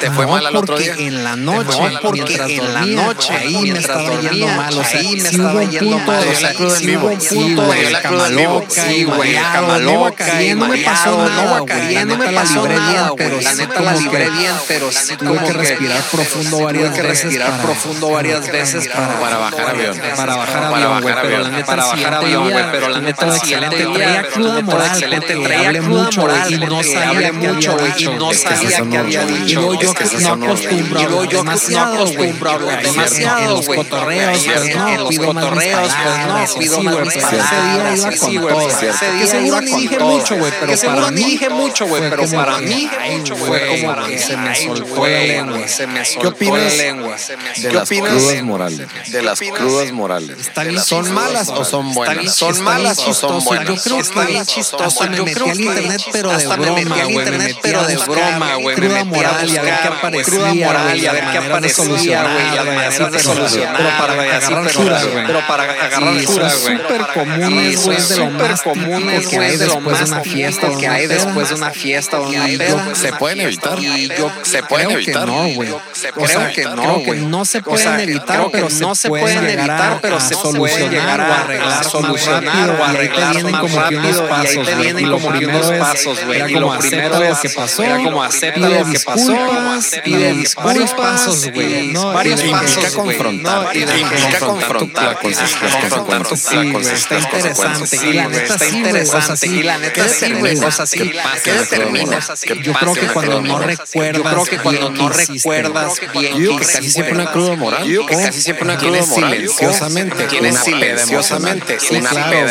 C: Te fue
D: No,
C: mal al otro
D: porque
C: día.
D: En la noche,
C: mal al otro
D: porque
E: día.
D: en la
E: Mientras
D: noche,
E: dormía,
D: ahí me
E: mientras
D: estaba yendo
E: dormía,
D: mal, o sea,
E: ahí me
D: sí
E: estaba
D: hubo un
E: yendo
D: punto,
E: mal,
D: o sea,
C: o sea,
D: sí hubo un
E: sí,
D: punto,
E: güey,
D: de
C: la cruda en vivo,
D: camaloca,
E: Sí,
D: y
E: güey,
D: mareado,
E: camaló,
D: no caí, no me pasó nada,
E: no
D: güey,
E: caí, no me
D: neta, la
E: pasó
D: libré bien,
E: nada,
D: pero
E: güey, la
D: sí
E: neta
D: como
E: la
D: que
E: libré bien, pero sí
D: tuve
E: como
D: que respirar profundo
E: tuve
D: varias
E: que
D: veces
E: respirar
D: para-
E: profundo varias veces para
B: para bajar avión.
D: para bajar
C: Para
D: avión, güey,
C: bajar
D: pero la
C: avión.
D: neta
E: para
D: el
E: bajar
D: siguiente
E: avión,
D: día,
E: güey, pero la
D: el
E: neta
D: neta
E: el
D: excelente
E: siguiente
D: traía
E: día,
D: cruda moral,
E: excelente,
D: porque
E: traía
D: hablé
E: cruda
D: mucho,
E: moral,
D: güey, y no
E: porque
D: sabía
E: hablé
D: que había
E: mucho, güey, y
D: dicho,
E: no
D: es que
E: sabía
B: eso
E: que
B: no,
E: había
B: güey.
E: dicho,
D: Y luego
E: es
D: yo
E: que eso
D: no
E: no, güey.
D: acostumbro
E: y luego
D: hablar
E: yo
D: demasiado,
E: no acostumbro
D: güey. Ahí
E: hablar
D: es
E: demasiado,
D: en los
E: güey.
D: cotorreos,
E: Ahí
D: pues,
E: es
D: no,
E: en los
D: pido más mis
E: cotorreos, pues
D: palabras,
E: no, pido
D: sí,
E: más
D: güey,
E: mis
D: pues, ese día
E: palabras,
D: iba
E: sí,
D: con
E: güey, pues,
D: todo.
E: ese
D: Que
E: día
D: seguro
E: iba
D: ni
E: con
D: dije
E: todo.
D: mucho, güey,
E: Que
D: pero
E: seguro
D: para
E: ni
D: mí
E: dije mucho, güey,
D: fue
E: pero
D: como
E: para
D: que,
E: mí
D: ay,
E: fue
D: güey,
E: como que se me soltó la lengua, se me soltó la
B: opinas
E: lengua.
B: De las crudas morales. De las crudas morales. ¿Son malas o son buenas?
C: ¿Son malas o son buenas?
D: Yo creo
C: ¿Son
D: que
C: malas o son
D: chistoso. Hasta me
E: Yo
D: metí
E: creo
D: al
E: que
D: internet, pero de
E: hasta
D: broma,
E: me metí al
D: güey. Me
E: internet,
D: metí
E: pero
D: a
E: de
D: buscar
E: broma, güey, me
D: Cruda
E: metí a
D: moral y a ver
E: buscar,
D: qué
E: güey,
D: aparecía,
E: cruda moral
D: güey,
E: y a ver
D: la
E: qué
D: manera de
E: aparecía, güey, la
D: solucionar,
E: manera de
D: pero-
E: solucionar,
D: pero para
E: güey, así,
D: agarrar
E: pero-
D: cura, güey.
E: pero para agarrar
D: Sí,
E: cura,
D: son
E: güey.
D: súper
E: Para-
D: comunes,
E: sí,
D: güey,
E: son
D: de lo
E: súper
D: más
E: comunes,
D: típico que
E: güey,
D: hay
E: de lo
D: después de
E: más
D: una fiesta o
E: típico que
D: una
E: hay
D: peda.
E: después de una fiesta o una
D: Y yo-
E: peda.
B: ¿Se pueden evitar?
E: Y yo
B: ¿Se pueden
D: Creo que
B: evitar?
D: no, güey.
E: creo que no,
D: creo que
E: güey.
D: no se
E: O
D: pueden
E: sea,
D: evitar,
E: creo que
D: pero
E: no se pueden
D: llegar a-
E: evitar, pero
D: a
E: se
D: solucionar
E: pueden llegar
D: o arreglar
E: a arreglar,
D: solucionar
E: solucionar o
D: rápido, y ahí te
E: arreglar
D: vienen
E: más
D: como que unos
E: rápido y ahí
D: pasos,
E: te
D: güey.
E: vienen
D: Lo
E: como que
D: primero
E: unos
D: es-
E: pasos, güey.
D: era
E: Y
D: como
E: lo primero
D: acepta
E: es
D: lo que pasó,
E: era como acepta
D: pide
E: lo que pasó,
D: disculpas,
E: pide
D: pide
E: disculpas,
D: varios pasos, güey, ¿no?
E: varios
D: Y-
B: Que implica
E: pasos, güey.
B: confrontar.
E: No,
B: Que
E: y de-
B: implica confrontar.
C: confrontar,
B: con sus-
C: confrontar,
B: las consecuencias.
C: confrontar,
D: Sí, güey, está
C: las consecuencias.
D: interesante.
E: Sí,
D: Y la
E: güey,
D: neta
E: está
D: sí, güey, o sea,
E: interesante.
D: sí.
E: Y la neta
D: ¿Qué
E: sí, güey,
D: determina?
E: o sea, sí.
D: ¿Qué
E: ¿Qué determina?
D: Yo creo que cuando no recuerdas
E: Yo creo que cuando
D: bien
E: no
D: qué hiciste,
E: recuerdas
D: güey.
E: bien
B: Yo
E: qué
B: creo que casi
E: hiciste,
B: siempre una
E: güey.
B: cruda moral.
C: Yo que casi siempre una cruda
B: Tienes
C: moral.
B: silenciosamente.
C: Tienes
B: una peda
C: silenciosamente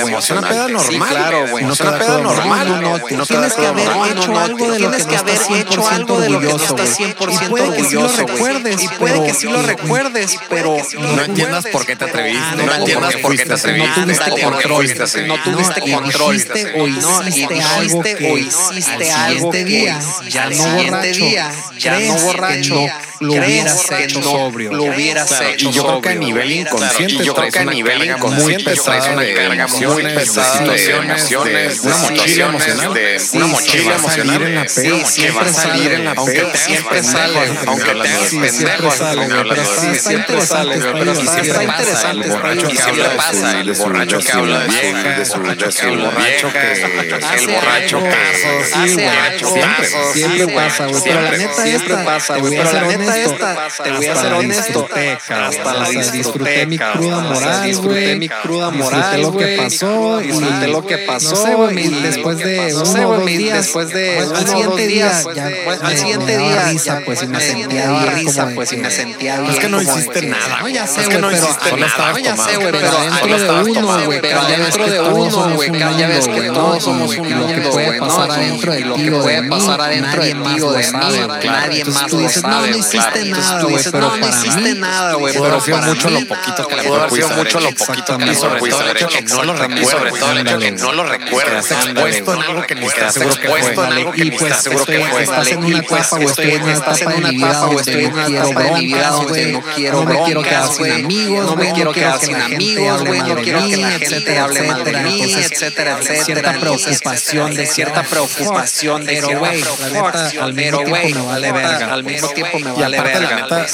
B: emocional.
C: una
B: Sí, claro,
C: peda
B: güey.
C: emocional.
B: Una peda
C: Sí,
B: normal.
C: claro, güey.
B: No
C: Es
B: te
C: una
B: da
C: peda
B: cruda
C: normal,
B: moral. No,
C: güey.
B: no,
C: No
B: no,
C: te
B: no,
C: da
D: Tienes que
C: cruda
D: haber
C: moral.
D: hecho algo de lo que
E: Tienes
D: no
E: que haber
D: estás
E: hecho
D: 100%
E: algo de lo que no
D: orgulloso,
E: estás
D: güey. 100%
C: puede que sí lo
D: orgulloso, güey.
C: recuerdes,
D: Y puede que
C: pero-
D: sí lo recuerdes, pero
C: No entiendas por qué te
D: Ah,
C: atreviste.
D: no,
C: No entiendas por qué te atreviste.
D: No tuviste
C: o por qué
D: control.
C: fuiste así.
D: No tuviste
C: y
D: control.
C: dijiste,
D: o
C: y no, y
D: hiciste
C: dijiste,
D: algo que
C: o hiciste
D: al
C: algo
D: siguiente
C: que
D: día,
C: ya
D: al
C: no
D: siguiente
C: borracho,
D: día,
C: ya
D: crees
C: no
D: que
C: borracho,
D: no lo
C: crees
D: hubieras
C: que
D: hecho
C: no
D: sobrio.
C: Lo hubieras
D: Claro,
C: hecho
B: y yo creo que a
C: sobrio.
B: nivel inconsciente
C: Claro, y yo creo que a
B: traes una
C: nivel
B: carga muy
C: inconsciente
B: pesada
C: traes una
B: de
C: carga muy
B: emociones, de
C: pesada de
B: situaciones,
C: emociones,
B: de
C: de
B: una mochila
C: situaciones,
B: emocional.
C: de
B: Sí,
C: una
B: sí,
C: mochila
B: va a salir en la
C: emocional.
B: peda,
C: Sí, que
B: siempre
C: va a salir
B: sale,
C: en la
B: aunque
C: peda.
B: te hagas
C: Siempre
B: pendejo,
C: sale,
B: siempre
C: aunque te
B: hablas
C: hagas
B: de eso.
C: pendejo,
B: Sí, siempre
C: aunque hablas de
B: sale,
C: eso.
B: pero está-
C: Sí, siempre
B: está interesante,
C: sale, pero
B: está
C: y siempre
B: interesante,
C: pasa,
B: está
C: el
B: interesante.
C: borracho que
B: Y siempre
C: habla de
B: pasa,
C: su-
B: el
C: de su-
B: borracho que
C: de su
B: habla de su-
C: vieja,
B: de su-
C: el borracho
B: de su
C: que habla
B: borracho que-
C: vieja, el borracho
B: algo,
C: que-
B: sí, güey, siempre,
C: putazos,
B: siempre
C: sí,
B: pasa, güey,
C: siempre,
B: pero la neta
C: siempre.
D: siempre
B: esta,
D: pasa,
B: te
D: güey.
B: voy a
D: Pero la
B: ser
D: neta
B: honesto,
D: esta, te voy a
B: hasta
D: ser
B: la
D: honesto.
B: discoteca,
D: Hasta la
B: o sea,
D: disfruté mi cruda moral, güey.
B: güey.
D: mi cruda
B: Disfruté
D: moral,
B: lo que
D: güey.
B: pasó y-
D: Disfruté lo que
B: no
D: pasó,
B: sé, güey,
D: y
B: y después de
D: no
B: uno
D: sé,
B: o
D: güey,
B: dos
D: mi-
B: días,
D: después de
B: pues,
D: uno
B: al
D: o dos
B: siguiente día,
D: días,
B: ya,
D: ya,
B: pues,
D: al
B: me-
D: siguiente
B: me daba
D: día,
B: risa,
D: ya,
B: pues, y me sentía
D: daba
B: bien,
D: risa,
B: como de
D: pues, y
B: que-
D: me sentía bien.
B: Es que no
D: como de
B: hiciste nada,
D: No,
B: güey.
D: ya
B: Es
D: sé,
B: que
D: güey,
B: no
D: pero-
B: hiciste
D: Solo
B: nada,
D: estabas
B: güey. Ah,
D: tomando,
B: Ya sé, güey,
D: pero
B: pero
D: dentro
B: solo
D: de
B: estabas
D: uno,
B: tomando,
D: güey,
B: pero ya ves
D: dentro
B: que
D: de
B: todos
D: uno,
B: somos
D: güey,
B: un mundo,
D: ya ves que
B: güey.
D: todos
B: Todos
D: somos
B: somos
D: un
B: un
D: mundo,
B: mundo,
D: güey,
B: güey.
D: no,
B: Todo
D: nadie-
B: adentro de
D: lo
B: ti
D: que
B: o de
D: puede
B: mí,
D: pasar adentro
B: nadie
D: de ti
B: más
D: o
B: lo
D: de mí,
B: sabe, güey, claro.
D: nadie
B: Entonces
D: más
B: tú
D: lo
B: dices, no,
D: sabe,
B: no
D: güey,
B: hiciste
D: claro. Entonces
B: nada,
D: tú
B: güey,
D: dices,
B: pero
D: no, no
B: para
D: hiciste
B: mí,
D: nada, güey,
B: pudo
D: pero
B: haber sido
D: para
B: mucho
D: mí,
B: lo poquito que le
C: Pudo haber sido
B: pudiste haber
C: mucho
B: hecho.
C: lo poquito que
B: Exactamente.
C: le
B: Y sobre todo el hecho que no lo
C: recuerdes. sobre todo el hecho que
B: recuerdes.
C: no lo recuerdes.
B: Estás expuesto en algo que ni
C: Estás
B: estás seguro que
C: expuesto
B: fue.
C: en algo que
B: Y
C: ni
B: pues,
C: estás seguro que
B: estoy-
C: fue.
B: estás en
C: Y
B: una
C: pues,
B: etapa, güey,
C: estoy
B: estoy en una
D: estás en
B: etapa de
D: una
B: mi
D: etapa,
B: vida
D: güey,
B: donde
D: estoy en
B: no
D: una
B: quiero
D: etapa de mi vida
B: broncas, güey.
D: donde no quiero
B: No me quiero
D: broncas,
B: quedar sin
D: güey.
B: amigos,
D: No me
B: güey,
D: quiero quedar
B: que
D: sin
B: la gente
D: amigos,
B: hable
D: güey, no
B: mal de
D: quiero que
B: mí,
D: la gente
B: etcétera,
D: hable mal de
B: etcétera.
D: mí,
B: Entonces,
D: etcétera, etcétera,
B: Cierta preocupación de
D: cierta
B: cierta
D: preocupación de
B: Pero,
D: cierta
B: güey, la neta,
D: preocupación,
B: al
D: pero
B: mismo
D: güey,
B: tiempo me vale
D: la neta,
B: verga,
D: al
B: pues.
D: mismo tiempo me
B: Y
D: vale
B: aparte, la
D: verga.
B: neta,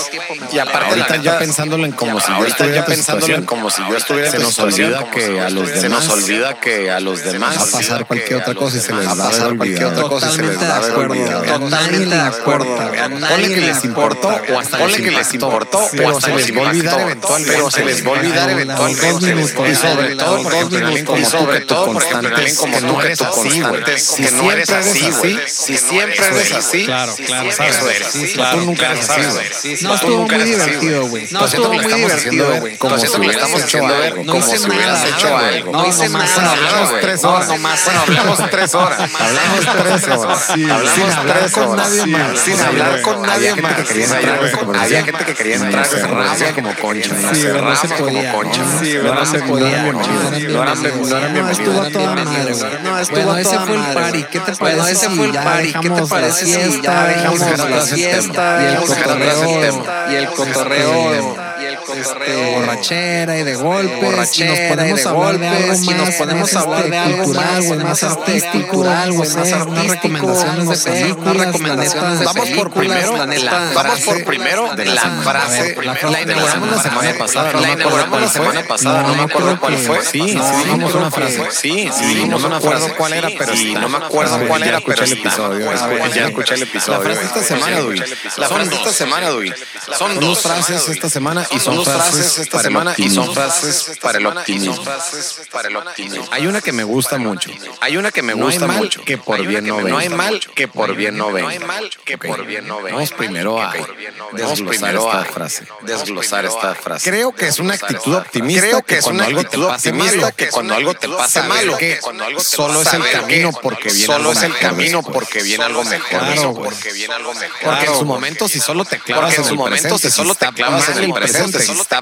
B: y aparte
C: Ahorita
B: la
C: ya
B: neta, pensándolo en como si yo
C: Ahorita
B: estuviera
C: ya
B: en tu
C: pensándolo en
B: situación,
C: como si yo estuviera en
B: se
C: tu
B: nos
C: situación,
B: olvida
C: como
B: que
C: si yo
B: a los
C: estuviera- se nos
B: demás
C: olvida que a los demás
B: va a pasar cualquier otra cosa y se les
C: va
B: va
C: a pasar cualquier otra cosa y se les va a haber
B: Totalmente de
C: olvidado.
B: acuerdo.
D: Totalmente de acuerdo, güey. a
C: Ponle
D: nadie
C: que
D: le
C: les
D: importa,
C: importó
D: güey.
C: o hasta
B: Ponle
C: les
B: que les
C: importó
B: pero
C: o hasta
B: se
C: les
B: les va a
C: impactó,
B: olvidar eventualmente.
C: Pero se les va a olvidar
B: Dos
C: eventualmente. se les va a
B: minutos,
C: olvidar.
B: y sobre todo, por ejemplo, en alguien como tú,
C: Dos minutos, y sobre
B: que tú
C: todo, por ejemplo, en alguien como
B: constantes,
C: tú
B: que
C: que tú
B: no eres así,
C: constante,
B: güey.
C: que no eres
B: Si siempre
C: así,
B: eres
C: güey.
B: así,
C: Si siempre eres así,
B: Claro,
C: si
B: claro,
C: siempre
B: sabes,
C: eres
B: güey,
C: así,
B: sí, claro,
C: tú nunca
B: claro,
C: eres así,
B: sabes,
C: güey.
B: sí,
C: Sí,
B: sí,
C: tú
D: No estuvo
C: nunca
D: muy
C: eres así,
D: divertido,
C: güey.
D: güey.
C: Lo
D: No
C: siento
D: estuvo
C: que le
D: muy
C: estamos haciendo
D: divertido,
C: ver
D: güey.
C: como
D: No
C: si
D: hice
C: hubieras
D: nada,
C: hecho
D: güey.
C: algo,
D: No
C: como
D: hice
C: si hubieras
D: nada,
C: hecho
D: güey.
C: algo.
D: No hice
B: Nomás
D: nada,
B: hablamos
D: güey.
B: tres
D: No,
B: horas.
D: nomás
C: Bueno, hablamos tres horas.
B: Hablamos tres horas. Sí, sin
C: Hablamos
B: hablar
C: tres
B: con
C: horas.
B: nadie
C: Sí,
B: más.
C: Sin
B: Sí,
C: hablar
B: güey.
C: con
B: Había
C: nadie
B: gente
C: más.
B: que quería entrar a esa conversación.
C: Había gente que quería
B: Sí,
C: entrar
B: se
C: a esa
B: cerraba
C: conversación como concha. Nos cerramos como concha.
B: ¿no? Sí,
C: Nos
B: no se
C: cerramos
B: podía,
C: como
B: no,
C: concha.
B: eran
C: Lo harán bien-
B: bienvenidos.
C: lo harán
B: No,
C: bienvenidos.
B: estuvo a toda
D: madre,
B: madre,
D: güey.
B: güey.
D: No, estuvo
B: Bueno,
D: a
B: ese
D: toda
B: fue el
D: madre,
B: party.
D: güey.
B: ¿Qué te
D: Bueno,
B: parece
D: ese
B: si
D: fue el
B: ya
D: party. ¿Qué te
B: dejamos
D: parece
B: las
D: si ya
B: fiestas,
D: dejamos
B: dejamos
D: las
B: atrás el tema?
D: fiestas
B: Y el
D: dejamos
B: cotorreo,
D: atrás el
B: este,
D: tema, y el cotorreo y el cotorreo este,
B: borrachera y de golpes,
D: borrachera
B: y
D: y
B: nos
D: de
B: podemos hablar de algo
D: golpes y nos
B: más,
D: podemos
B: más,
D: hablar
B: este,
D: de algo
B: cultural,
D: más
B: güey, más
D: más artístico
B: artístico,
D: algo
B: güey, más
D: más artístico
B: recomendaciones de
D: no sé,
B: películas,
D: unas recomendaciones de
B: la neta.
D: películas,
B: Vamos por primero,
D: la neta
B: la-
C: Vamos por
B: frase
C: primero
B: de
C: la,
B: la semana. A
C: frase.
B: ver, la frase de la semana pasada, no
C: La
B: me acuerdo
C: inauguramos
B: cuál fue.
C: la semana pasada.
B: No
C: No
B: me
C: me acuerdo
B: acuerdo
C: cuál
B: que-
C: fue.
B: sí, sí,
C: No,
B: dijimos
C: no me acuerdo
B: una
C: cuál
B: frase.
C: fue. Sí, sí,
B: Sí,
C: dijimos
B: no me
C: una
B: acuerdo
C: frase.
B: cuál era, pero
C: Sí,
B: está.
C: no me acuerdo
B: Ah,
C: cuál
B: ya
C: era,
B: escuché
C: pero
B: el
C: está.
B: episodio,
C: Pues,
B: ah,
C: pues,
B: bueno,
C: Ya
B: ya.
C: escuché el episodio.
B: La frase esta
C: güey.
B: semana, Dui.
C: La
B: Son
C: frase esta
B: dos.
C: semana, Dui. Son
B: Son
C: dos
B: dos
C: semanas,
B: frases
C: Dui.
B: esta semana y
C: Son
B: son
C: dos frases
B: frases
C: esta
B: para el
C: semana y
B: optimismo.
C: son frases para el optimismo. para el optimismo.
B: Hay una que me gusta mucho.
C: Hay una que me
B: No hay
C: gusta
B: mal
C: mucho.
B: que por
C: Hay una
B: bien
C: que
B: no
C: me-
B: venga.
C: No hay mal que por bien no venga.
B: No hay mal
C: que por bien no venga.
B: Vamos primero a
C: Que por bien no venga.
B: desglosar
C: Vamos primero
B: esta
C: a
B: frase.
C: Desglosar esta frase.
B: Creo que es una actitud optimista
C: Creo que
B: que
C: es
B: cuando
C: una
B: algo te
C: actitud
B: pase
C: optimista
B: malo,
C: que cuando algo te pase malo,
B: que
C: que cuando algo te
B: solo es
C: pasa
B: el
C: malo,
B: camino
C: que
B: porque viene
C: solo
B: algo
C: es el
B: mejor
C: camino
B: después.
C: porque viene algo mejor,
B: Claro,
C: después,
B: güey.
C: porque viene algo mejor.
B: Porque en su
C: Claro,
B: momento si solo te clavas
C: porque
B: en
C: en su
B: el
C: momento
B: presente,
C: si solo te
B: está
C: clavas en
B: mal
C: el presente, si
B: si
C: está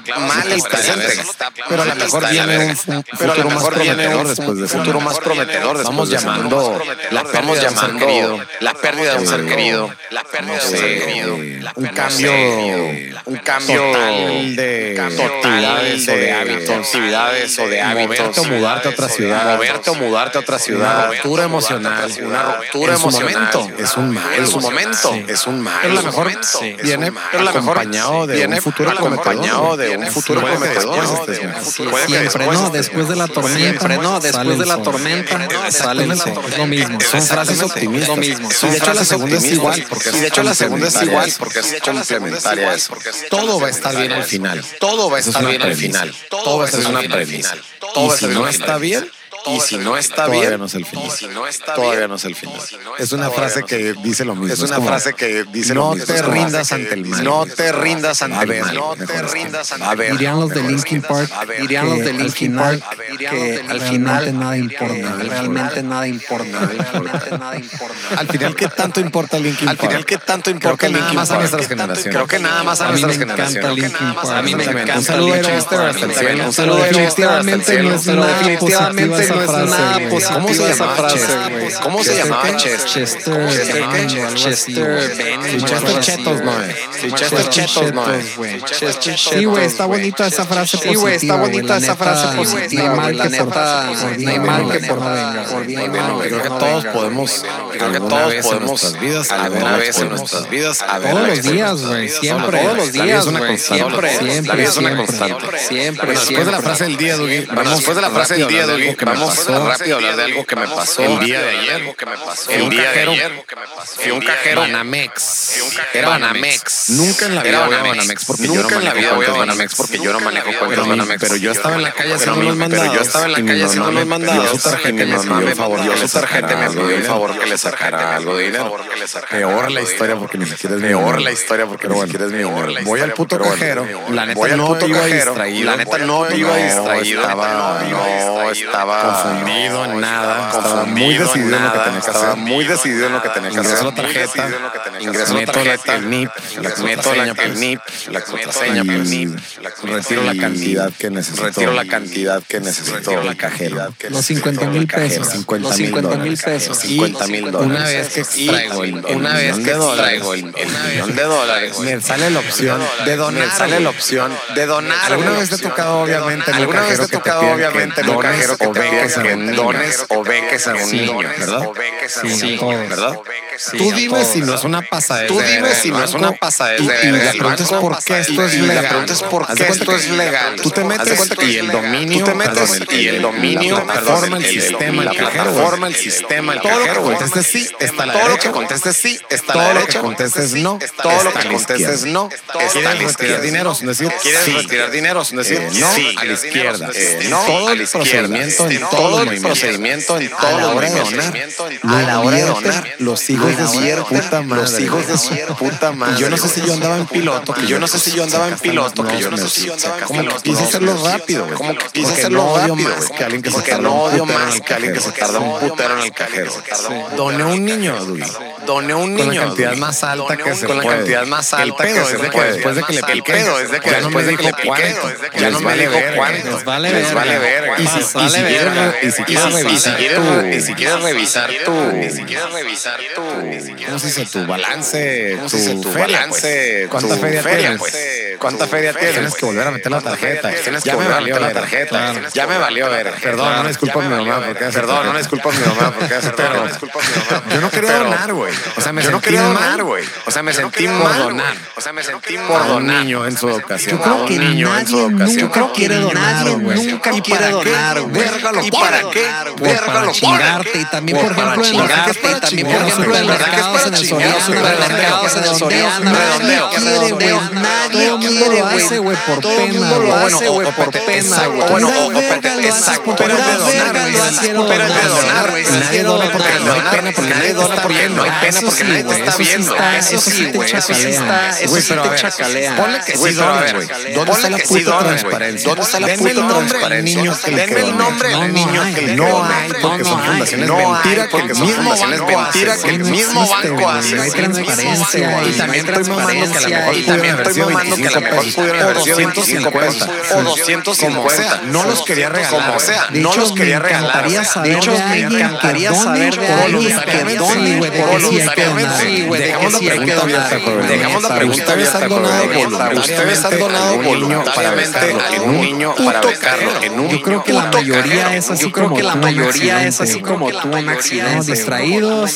B: está
C: mal el
B: de la
C: presente,
B: verga. Pero a lo mejor viene un fu-
C: pero a lo
B: futuro más
C: mejor viene
B: prometedor
C: un
B: después de eso.
C: futuro más prometedor.
B: Estamos
C: después de eso.
B: llamando la
C: Estamos
B: pérdida de un ser
C: llamando
B: querido.
C: la pérdida de un ser
B: Eh,
C: querido, la pérdida de un ser
B: eh,
C: querido,
B: un
C: la
B: cambio,
C: pérdida-
B: un
C: cambio
B: total de
C: actividades o de hábitos, actividades o de hábitos,
B: Moverte o mudarte a otra ciudad,
C: moverte o mudarte a otra ciudad,
B: una ruptura emocional,
C: una ruptura
B: en su
C: emocional,
B: momento, es un mal,
C: en su momento,
B: sí.
C: es un mal,
B: Pero a lo mejor
C: es un mal,
B: viene
C: pero a lo mejor
B: acompañado de
C: viene
B: un futuro
C: acompañado
B: prometedor,
C: de un
B: güey.
C: futuro
B: Puede que
C: prometedor,
B: después estés
C: de un
B: mal.
C: futuro- puede que
D: Siempre
C: después
D: no,
C: estés
D: después de la tormenta.
B: Siempre
D: no, después de
B: Sale
D: la
B: el sol.
D: tormenta. Sale el sol. Es lo mismo.
B: Son frases optimistas.
D: Lo mismo.
B: Sí, de hecho la segunda es igual porque
C: y de hecho la segunda es igual porque es complementaria a eso.
B: todo va a estar bien al final.
C: Todo va a
B: Eso es
C: estar
B: una
C: bien al
B: premisa.
C: final.
B: Todo va a estar bien al
C: bien al
B: final.
C: final. Todo va a
B: Y
C: estar
B: si
C: bien
B: no
C: al final.
B: está bien, Y si no está
C: Todavía
B: bien,
C: no es el final.
B: y si no está
C: Todavía
B: bien,
C: no es el final.
E: Es una frase que dice lo mismo.
C: Es una
E: como,
C: frase que dice lo
E: No
C: mismo.
E: te
C: Es una frase
E: rindas
C: que
E: ante el
C: dice,
E: mal.
C: No te rindas ante
E: A
C: el
E: ver,
C: mal.
E: mejor
C: No te
E: es que-
C: rindas ante
B: a
C: el
B: ver,
C: mal.
D: Dirían los de Linkin Park,
C: A ver,
D: dirían los de
E: que al
D: Linkin
E: final-
D: Park,
C: que
D: que al final nada importa, realmente nada importa, realmente nada
E: Al
D: importa.
E: final, ¿qué tanto importa Linkin
C: Al
E: Park?
C: final, ¿qué tanto
E: Creo
C: importa
E: que nada
C: Linkin
E: más a
C: Park?
E: nuestras
C: ¿Qué tanto-
E: generaciones.
C: Creo que nada más a
D: A mí me
C: nuestras
D: encanta
C: generaciones.
D: Linkin Park.
C: A mí me
D: Exactamente.
C: encanta
D: Un saludo
C: Linkin
D: héroe
C: Park.
D: hasta el cielo.
C: Un saludo héroe
D: Definitivamente
C: héroe
D: no
C: hasta
D: es
C: el cielo.
D: nada
C: Definitivamente
D: positiva
C: no
D: esa frase, güey.
C: es nada positiva
D: ¿Cómo se
C: esa
D: llamaba
C: frase,
D: Chester,
C: güey?
D: güey?
C: ¿Cómo se
D: Chester
C: llamaba
D: Bennett,
C: Chester?
D: Chester
C: ¿Cómo se
D: Bennett,
C: llamaba?
D: algo así,
C: Chester
D: güey.
C: Bennett,
D: Sí,
C: algo
E: Chester
C: así,
E: Chetos,
C: güey.
E: ¿no?
C: Sí, Chester Chetos, ¿no?
D: Chetos, güey.
C: Chester
D: Sí, güey, está bonita esa frase
C: Sí,
D: positiva.
C: güey, está bonita
D: la
C: esa frase
D: neta,
C: positiva,
D: No hay
C: güey,
D: mal
C: la
D: que
C: neta,
D: por
C: frase
D: por- no hay
C: positiva,
D: mal
C: güey,
D: que
C: la
D: por no
C: neta,
D: venga. por bien
C: güey,
D: mal,
C: güey,
D: por
B: creo que
D: no
B: todos
D: venga.
B: podemos, creo que
C: Alguna
B: todos
C: vez en
B: podemos
C: nuestras vidas,
B: alguna vez en nuestras vidas, a ver, la
D: Todos los
B: vez en
D: días,
B: nuestras
D: güey,
B: vidas,
D: siempre.
B: todos los días, la vida es una
D: güey,
B: constante,
D: siempre,
B: todos los días, la
D: siempre,
B: vida es una
D: siempre,
B: constante.
D: siempre,
B: Bueno, después de la
D: siempre.
B: frase del día, Dugui,
C: Bueno, después de la frase del día, Doggy, vamos rápido a hablar de algo que me pasó
B: el día de ayer.
C: El día de ayer.
B: Fui un cajero. Banamex. Era Banamex. Nunca en la vida voy a Banamex porque yo no
C: Nunca en la vida
B: manejo
C: voy a
B: cuentas Banamex
C: Banamex
B: porque yo no manejo
C: Pero
B: cuentas
C: mi-
B: Banamex.
C: pero yo estaba en la calle haciendo
B: Pero
C: los
B: mi- Pero yo
C: mandados
B: estaba en
C: y
B: la
C: mi
B: calle haciendo
C: mamá
B: los
C: me pidió
B: mandados.
C: su tarjeta y
B: Mi
C: me
B: mamá
C: pidió
B: me
C: el favor ¿eh?
B: pidió
C: que le
B: su tarjeta y me
C: sacara
B: pidió el
C: algo de
B: favor
C: dinero.
B: que le sacara algo de dinero.
E: Peor la historia porque ni siquiera es mi
C: Peor
E: dinero.
C: la historia porque
E: Pero
C: ni
E: bueno,
C: siquiera es mi dinero.
E: Voy al puto
C: Pero bueno,
E: cajero. La neta
C: voy al
E: no
C: puto
E: iba
C: cajero.
E: distraído.
C: La neta no iba distraído.
E: estaba-
C: no estaba
E: confundido en nada. Estaba muy
C: confundido
E: decidido en lo que
C: nada,
E: tenía que
C: Estaba
E: hacer.
C: muy decidido en lo que tenía que hacer.
E: Ingreso la tarjeta,
C: Ingreso la
E: meto la-
C: tarjeta.
E: el NIP,
C: Meto
E: la
C: la-
E: contraseña, pues.
C: el NIP, la contraseña,
E: Y-
C: pues.
E: retiro la cantidad que necesito.
C: Retiro la cantidad que necesito.
E: Retiro la cajera.
D: Los 50 mil
E: cajero,
D: pesos.
E: 50
D: los
E: mil
D: 50 mil
E: dólares,
D: pesos.
E: cajero,
D: Y
C: 50 mil dólares.
B: Una vez que
C: Y
B: extraigo el,
C: el
B: una vez
C: millón
B: que
C: de dólares,
B: extraigo el, el millón de dólares,
C: Pues,
B: güey.
E: Me sale la opción de donar.
C: Me sale la opción de donar.
E: Alguna
C: güey.
E: vez te ha tocado, obviamente, en un
C: Alguna vez
E: cajero
C: te
E: que
C: ha
E: te
C: tocado,
E: pidan que
C: obviamente, en un
E: dones
C: cajero que
E: o
C: te
E: beques
C: pida
E: a un
C: que
E: niño.
C: dones o beques a un
E: Sí,
C: niño,
E: dones
C: ¿verdad?
E: o
D: Sí, a todos.
C: ¿verdad?
D: Sí,
E: Tú
D: a
E: dime
D: todos.
E: si no es una pasadez.
C: Tú dime si no es una
E: Y,
C: pasadez
E: y
C: de verga
E: la
C: del
E: pregunta es
C: banco.
E: por qué esto es
C: Y
E: legal.
C: la pregunta es por
E: Haz de
C: qué
E: cuenta
C: esto
E: que
C: es legal.
E: Tú te
C: Haz de
E: metes
C: cuenta que-
E: y el dominio,
C: Tú te metes
E: perdón,
C: y el dominio,
E: la
C: perdón,
E: plataforma, el sistema,
C: la
E: el cajero,
C: plataforma,
E: güey.
C: el sistema, el
E: Todo lo que
C: cajero, güey.
E: contestes sí está a la
C: Todo lo
E: derecha.
C: que contestes sí está a la
E: Todo lo que
C: derecha.
E: contestes
C: Todo lo
E: no está a
C: que
E: la
C: contestes
E: izquierda.
C: no está a la
E: ¿Quieres
C: izquierda.
E: retirar dinero? Es decir,
C: ¿Quieres
E: sí.
C: retirar dinero? Es decir,
E: Eh, no
C: sí.
E: a la izquierda.
C: Eh,
E: En
C: no
E: todo
C: a
E: el
C: la izquierda.
E: procedimiento, en
C: En
E: todos
C: todo
E: los
C: el
E: movimientos.
C: procedimiento, en
E: a
C: todos
E: la
C: los
E: hora de
C: movimientos.
E: donar, a la hora de donar, los hijos de su
C: Invierten
E: puta madre.
C: Los hijos de su puta madre.
E: Y yo no sé si yo andaba en piloto.
C: Y yo no sé si yo andaba en piloto. Que yo no sé si yo andaba en
E: Como que
C: piloto.
E: quise hacerlo rápido, güey.
C: Como que quise
E: Porque
C: hacerlo
E: no odio
C: rápido,
E: más
C: güey.
E: que alguien que se
C: Porque
E: tarda
C: no
E: un
C: odio
E: putero en
C: más
E: el
C: que alguien que se
E: cajero.
C: tarda un putero en el cajero.
E: Doné un niño, Dui.
C: Doné un
E: Con
C: niño.
E: la cantidad
C: Dui.
E: más alta
C: Doné
E: que
C: un-
E: se
C: Con la
E: puede.
C: cantidad más
E: El
C: alta
E: pedo
C: que
E: es
C: se
E: de que
C: puede.
E: después de que le
C: El
E: piqué,
C: pedo es de que
E: ya no
C: después
E: me
C: de que
E: dijo
C: le piqué,
E: cuánto,
C: ya no me dijo cuánto.
D: Les vale
C: Les
D: verga.
C: vale verga.
E: Y si- y si
D: Vale
E: quieres
D: verga.
E: re- y si
C: Y si-
E: quieres
C: y si
E: revisar
C: quieres
E: tu-
C: re- y si quieres revisar tu
E: ¿Cómo se dice? Tu balance,
C: ¿Cómo
E: tu,
C: se dice? tu
E: feria,
C: balance,
E: pues. ¿Cuánta
C: tu
E: feria, tienes?
C: pues.
E: ¿Cuánta
C: Tu
E: feria tienes?
C: pues.
E: Tienes que volver a meter la
C: ¿Cuánta feria
E: tarjeta.
C: tienes?
E: Ya
C: que
E: me
C: volver a
E: valió
C: meter la
E: verga.
C: tarjeta.
E: Claro.
C: Ya me valió ver.
E: Perdón, no le disculpo a mi mamá porque hace-
C: Perdón, no le disculpo a mi mamá porque hace
E: Perdón,
C: pero-
E: no le disculpo a mi mamá. Yo no quería
C: Pero-
E: donar, güey. O sea, me
C: Yo no
E: sentí
C: quería donar,
E: mal.
C: güey. O sea, me
E: Yo no
C: sentí
E: quería
C: mal.
E: donar,
C: güey.
E: güey.
C: O sea, me sentí
E: por
C: mal.
E: don niño en su ocasión.
D: Yo creo que
C: un niño en su
D: nadie
C: ocasión.
D: nunca quiere donar, güey. ¿Y para qué?
C: Verga lo
D: ¿Y
C: para
D: para
C: qué?
D: Por
C: Verga
D: para
C: lo
D: chingarte y también,
C: Por
D: por
C: para
D: ejemplo, en los
C: chingarte,
D: y también, por
C: chingarte,
D: ejemplo, en los
C: ¿verdad que es
D: mercados,
C: para
D: en el
C: chingarte,
D: Soriana,
C: verdad que es
D: supermercados,
C: para
D: en el
C: chingarte,
D: Soriana, nadie
C: redondeo,
D: quiere, güey.
C: redondeo,
D: Todo el
C: nadie
D: mundo
C: quiere,
D: lo hace, güey, por
C: Todo el
D: pena,
C: mundo lo
D: güey.
C: hace,
D: Bueno,
C: güey,
D: o por
C: por
D: pena,
C: exacto,
D: güey.
C: bueno,
D: Pura
C: o- o-
D: verga
C: por-
D: lo haces
C: exacto,
D: por
C: pero es
D: pura
C: de donar,
D: verga
C: güey,
D: lo
C: exacto,
D: haces por
C: pero es
D: donar,
C: de donar,
D: güey.
C: güey,
D: Nadie
C: exacto,
D: dona
C: pero
D: porque
C: es de
D: no hay
C: donar,
D: pena, porque
C: nadie
D: nadie
C: dona
D: está
C: porque
D: viendo.
C: no hay
D: Ah,
C: pena,
D: eso
C: porque
D: sí,
C: nadie te
D: güey,
C: está
D: eso sí
C: viendo.
D: está-
C: Eso
D: Eso
C: sí,
D: sí te
C: güey, eso sí
D: chacalean.
C: está- eso
D: Güey,
C: sí
D: pero
C: te
D: a ver,
C: chacalean.
D: ponle que
C: Güey,
D: sí
C: pero a
D: dones,
C: ver,
D: güey.
C: ¿dónde
E: Ponle
C: está la
E: que sí
C: puta
E: dones, güey.
C: transparencia? ¿Dónde está la puta
E: Denme el nombre del
C: transparencia?
E: niño que le
C: Denme
E: quedó,
C: el nombre
D: güey.
C: del
D: No, no
C: niño
D: hay,
C: que le
D: no
C: quedó.
D: hay,
E: porque son
C: No hay,
E: fundaciones
C: no hay,
E: mentira,
C: porque
E: que
C: son
E: mismo
C: fundaciones
E: banco
C: mentira,
E: hace,
C: que el
E: güey.
C: mismo
E: No existe,
C: banco
E: güey.
C: hace.
E: No hay
C: sí, el mismo
D: transparencia,
C: banco
D: güey.
C: hace.
D: Y también estoy mamando que a lo mejor
C: Y
D: pudieron
C: también
D: haber
C: estoy
D: sido
C: mamando que a lo
D: 25
C: mejor
D: pesos.
C: pudieron haber
D: O
C: sido 25 pesos.
D: 250.
C: O 250.
E: Como sea, no los quería regalar,
C: Como sea,
D: De
C: no
D: hecho,
C: los quería
D: me
C: regalar.
D: encantaría saber
C: De hecho,
D: de
C: me
D: alguien
C: encantaría
D: que done
C: saber
D: por
C: de alguien
D: voluntariamente,
C: que
D: sí,
C: done
D: güey, de que sí hay que donar,
C: voluntariamente.
D: güey, de que
C: Dejamos
D: sí
C: la
D: hay que
C: pregunta
D: donar,
C: abierta,
D: güey.
C: Dejamos la
D: Exacto.
C: pregunta
E: Ustedes
C: abierta,
E: han donado
C: güey.
E: voluntariamente
C: Ustedes han donado
E: algún niño
C: voluntariamente
E: para becarlo,
C: algún
E: en un
C: niño para
E: puto
C: becarlo,
E: cajero.
C: en un
D: Yo creo que la
C: puto cajero.
D: mayoría es así
C: Yo creo
D: como
C: que la
D: tú, un
C: mayoría es
D: accidente,
C: así
D: güey.
C: como tú, un
D: No,
C: accidente.
D: distraídos,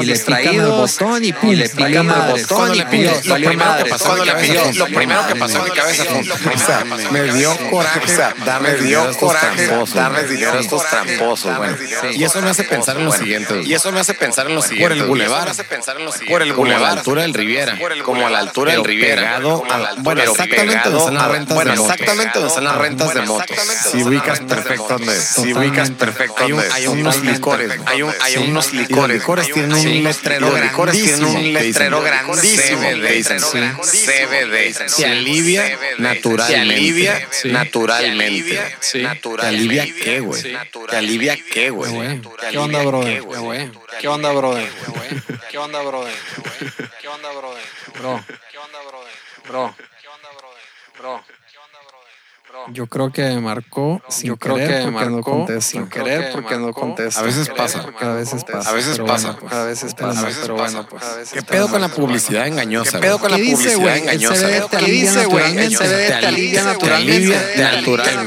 D: y le pican al botón y pum,
C: le
D: valió
C: pican al
D: madres.
C: botón
D: Cuando
C: y
D: le
C: pum,
D: pidió,
C: lo
D: valió
C: primero que
D: madres.
C: pasó, lo
D: Cuando le
C: primero-
D: pidió,
C: lo primero primero que pasó en mi cabeza fue.
B: O sea, me dio coraje.
C: O sea,
B: darme
C: me dio
B: dinero a
C: coraje
B: estos tramposos,
C: darles
B: güey.
C: dinero a estos
B: Darles dinero a estos
C: tramposos, güey.
B: tramposos,
C: Sí.
B: güey. Y eso me hace pensar en lo
C: Bueno,
B: siguiente, güey.
C: Y eso me hace pensar en lo siguiente.
B: el
C: güey.
B: bulevar.
C: Eso me hace pensar en lo siguiente.
B: Por el
C: Como a la
B: bulevar.
C: altura del Riviera.
B: Por el
C: Como a la
B: bulevar.
C: altura del
B: Pero
C: Riviera.
B: pegado
C: Como a la
B: a-
C: altura
B: bueno,
C: del
B: exactamente
C: Riviera.
B: donde están las rentas de
C: Bueno,
B: motos.
C: exactamente donde están las rentas de
B: Bueno,
C: motos.
B: exactamente
C: Si
B: donde están
C: ubicas
B: las rentas de
C: perfecto
B: motos.
C: dónde es. Si ubicas
B: Totalmente.
C: perfecto
B: Hay un-
C: dónde es.
B: hay unos
C: Totalmente.
B: licores,
C: Hay un- Hay
B: sí.
C: unos
B: Y los
C: licores.
B: licores
C: Hay
B: tienen un
C: sí.
B: letrero
C: Los licores tienen un
B: grandísimo que dicen-
C: letrero grandísimo.
B: CBD,
C: que dicen,
B: sí.
C: CBD.
B: Se alivia naturalmente.
C: Se alivia
D: Sí.
C: naturalmente.
D: Sí.
B: ¿Te
C: Naturalmente.
B: alivia qué, güey?
C: ¿Te alivia qué, güey?
D: Ya, güey.
C: ¿Te
D: ¿Qué
C: alivia
D: onda, brother?
C: güey?
D: Ya, güey. ¿Qué onda, brother? ¿Qué onda, brother? ¿Qué onda, brother? Bro. ¿Qué onda, brother? Bro. ¿Qué onda, brother? Bro. Yo creo que marcó sin querer porque no contesta. Sin querer porque no contesta.
B: A veces pasa.
D: A veces pasa.
B: A veces
D: pero
B: pasa.
D: bueno, pues. A veces
B: A
D: pasa.
B: veces
D: Pero
B: pasa.
D: bueno, pues.
B: ¿Qué pedo con la publicidad engañosa?
C: ¿Qué pedo
B: güey?
C: con la publicidad engañosa? güey?
D: ¿Qué dice, güey? El CBD
B: Te alivia naturalmente.
C: Te alivia,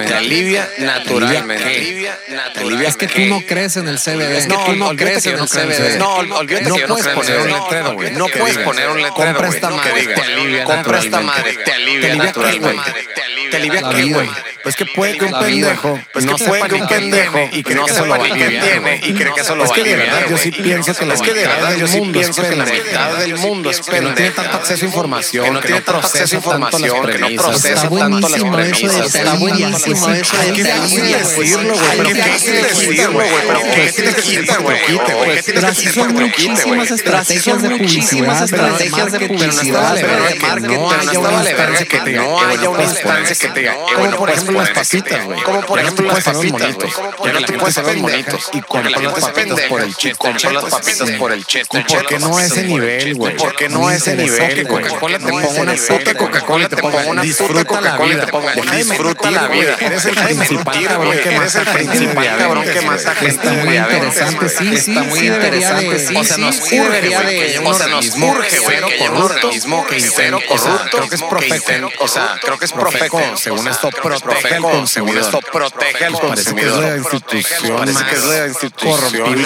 C: te alivia naturalmente.
B: ¿Qué?
C: Te alivia
B: alivia
C: naturalmente.
D: Es que tú no crees en el CBD. Es que tú no
C: olvídate
D: crees
C: que
D: en
C: yo
D: el
C: creo
D: CBD.
C: No, ol- olvídate
B: No
C: que yo no
B: puedes
C: creo en
B: poner
C: el
B: un
C: CBD.
B: letrero, güey.
C: No
B: Que
C: puedes
B: diga.
C: poner un letrero,
B: Compra
C: güey.
B: esta
C: No
B: madre,
C: que diga.
B: te alivia
C: Compra esta madre,
B: naturalmente.
C: te alivia
B: alivia
C: naturalmente.
B: naturalmente.
C: Te alivia
B: La
C: qué,
B: vida.
C: güey.
B: Pues que puede que un
D: La vida.
B: pendejo
C: Pues
B: no
C: que puede
B: sepa
C: que
B: ni
C: un
B: qué
C: pendejo
B: tiene
C: y cree que
B: sepa
C: eso lo
B: ni
C: va a
B: qué
C: aliviar,
B: tiene
C: güey. Y cree que eso lo
B: Es
C: va a
B: que de
C: aliviar,
B: verdad yo
C: güey.
B: sí pienso que la
C: Es que de verdad yo sí
B: mundo es
C: pienso que la
B: pendeja.
C: mitad del mundo es
B: Que no tiene tanto
C: pendeja.
B: acceso a información,
C: Que no tiene tanto acceso a información, que no procesa tanto las premisas.
D: Está buenísimo eso de
B: Qué
D: te
B: fácil
D: alivia,
B: decirlo, güey. Pero qué fácil decirlo, güey. Pero qué tienes que decir por poquito, güey. ¿Qué tienes que
D: Pero así
B: decir
D: son
B: por poquito, güey?
D: muchísimas estrategias de publicidad.
B: pero no-
D: estrategias de
B: pero no
D: publicidad.
B: estaba de
D: pero
B: verga
D: de
B: que
D: marketing,
B: no
D: pero
B: haya
D: estaba
B: una
D: de
B: instancia
D: verga
B: que te diga,
C: no
B: eh,
C: haya
B: bueno,
C: una
B: puedes
C: instancia
B: poner
C: que te diga,
B: esto.
C: eh,
B: Como
C: bueno,
B: por
C: puedes
B: ejemplo las
C: poner esto.
B: papitas, güey.
C: pues, Como por
B: Ya no
C: ejemplo
B: puedes
C: las
B: poner
C: papitas,
B: monitos.
C: güey.
B: Ya
C: Ya
B: no
C: la
B: te
C: gente
B: puedes
C: se ve
B: poner
C: bonito.
B: monitos.
C: Y compró las papitas por el chiste. Compró las papitas por el chiste.
B: ¿Y por qué no a ese nivel, güey?
C: ¿Y ¿Por qué no a ese nivel, güey?
B: Coca-Cola te
C: No a
B: pongo
C: ese
B: una
C: nivel,
B: puta
C: güey.
B: Coca-Cola y te
C: pongo
B: pongo
C: una
B: una
C: puta
B: puta
C: Coca-Cola y te pongo
B: Déjame
C: disfruta
B: mentir,
C: la
B: güey.
C: vida.
B: Eres el
C: Déjame
B: principal
C: mentir,
B: cabrón
C: güey.
B: que
C: Eres
B: mata
C: el
B: gente de
C: principal
B: diabetes,
C: cabrón que
B: güey.
C: mata gente
B: Está
C: de
B: muy
C: diabetes,
B: interesante,
C: güey.
B: sí, sí,
D: Está muy interesante. Sí,
C: O sea, nos
D: sí,
C: urge,
D: debería
C: güey,
D: de-
C: que haya un
D: o sea, nos
C: organismo
D: urge,
C: que
D: güey,
C: haya
D: que
C: un
D: haya un
C: organismo que
B: cero
C: inter- o sea,
B: corrupto.
C: creo que es Profeco, o sea, creo que es Profeco,
B: según
C: o sea,
B: esto,
C: creo que es
B: protege al
C: Profeco, según
B: consumidor.
C: esto, protege al
B: Parece que es
C: consumidor.
B: la institución
C: Parece que es la
B: más corrompida del
C: institución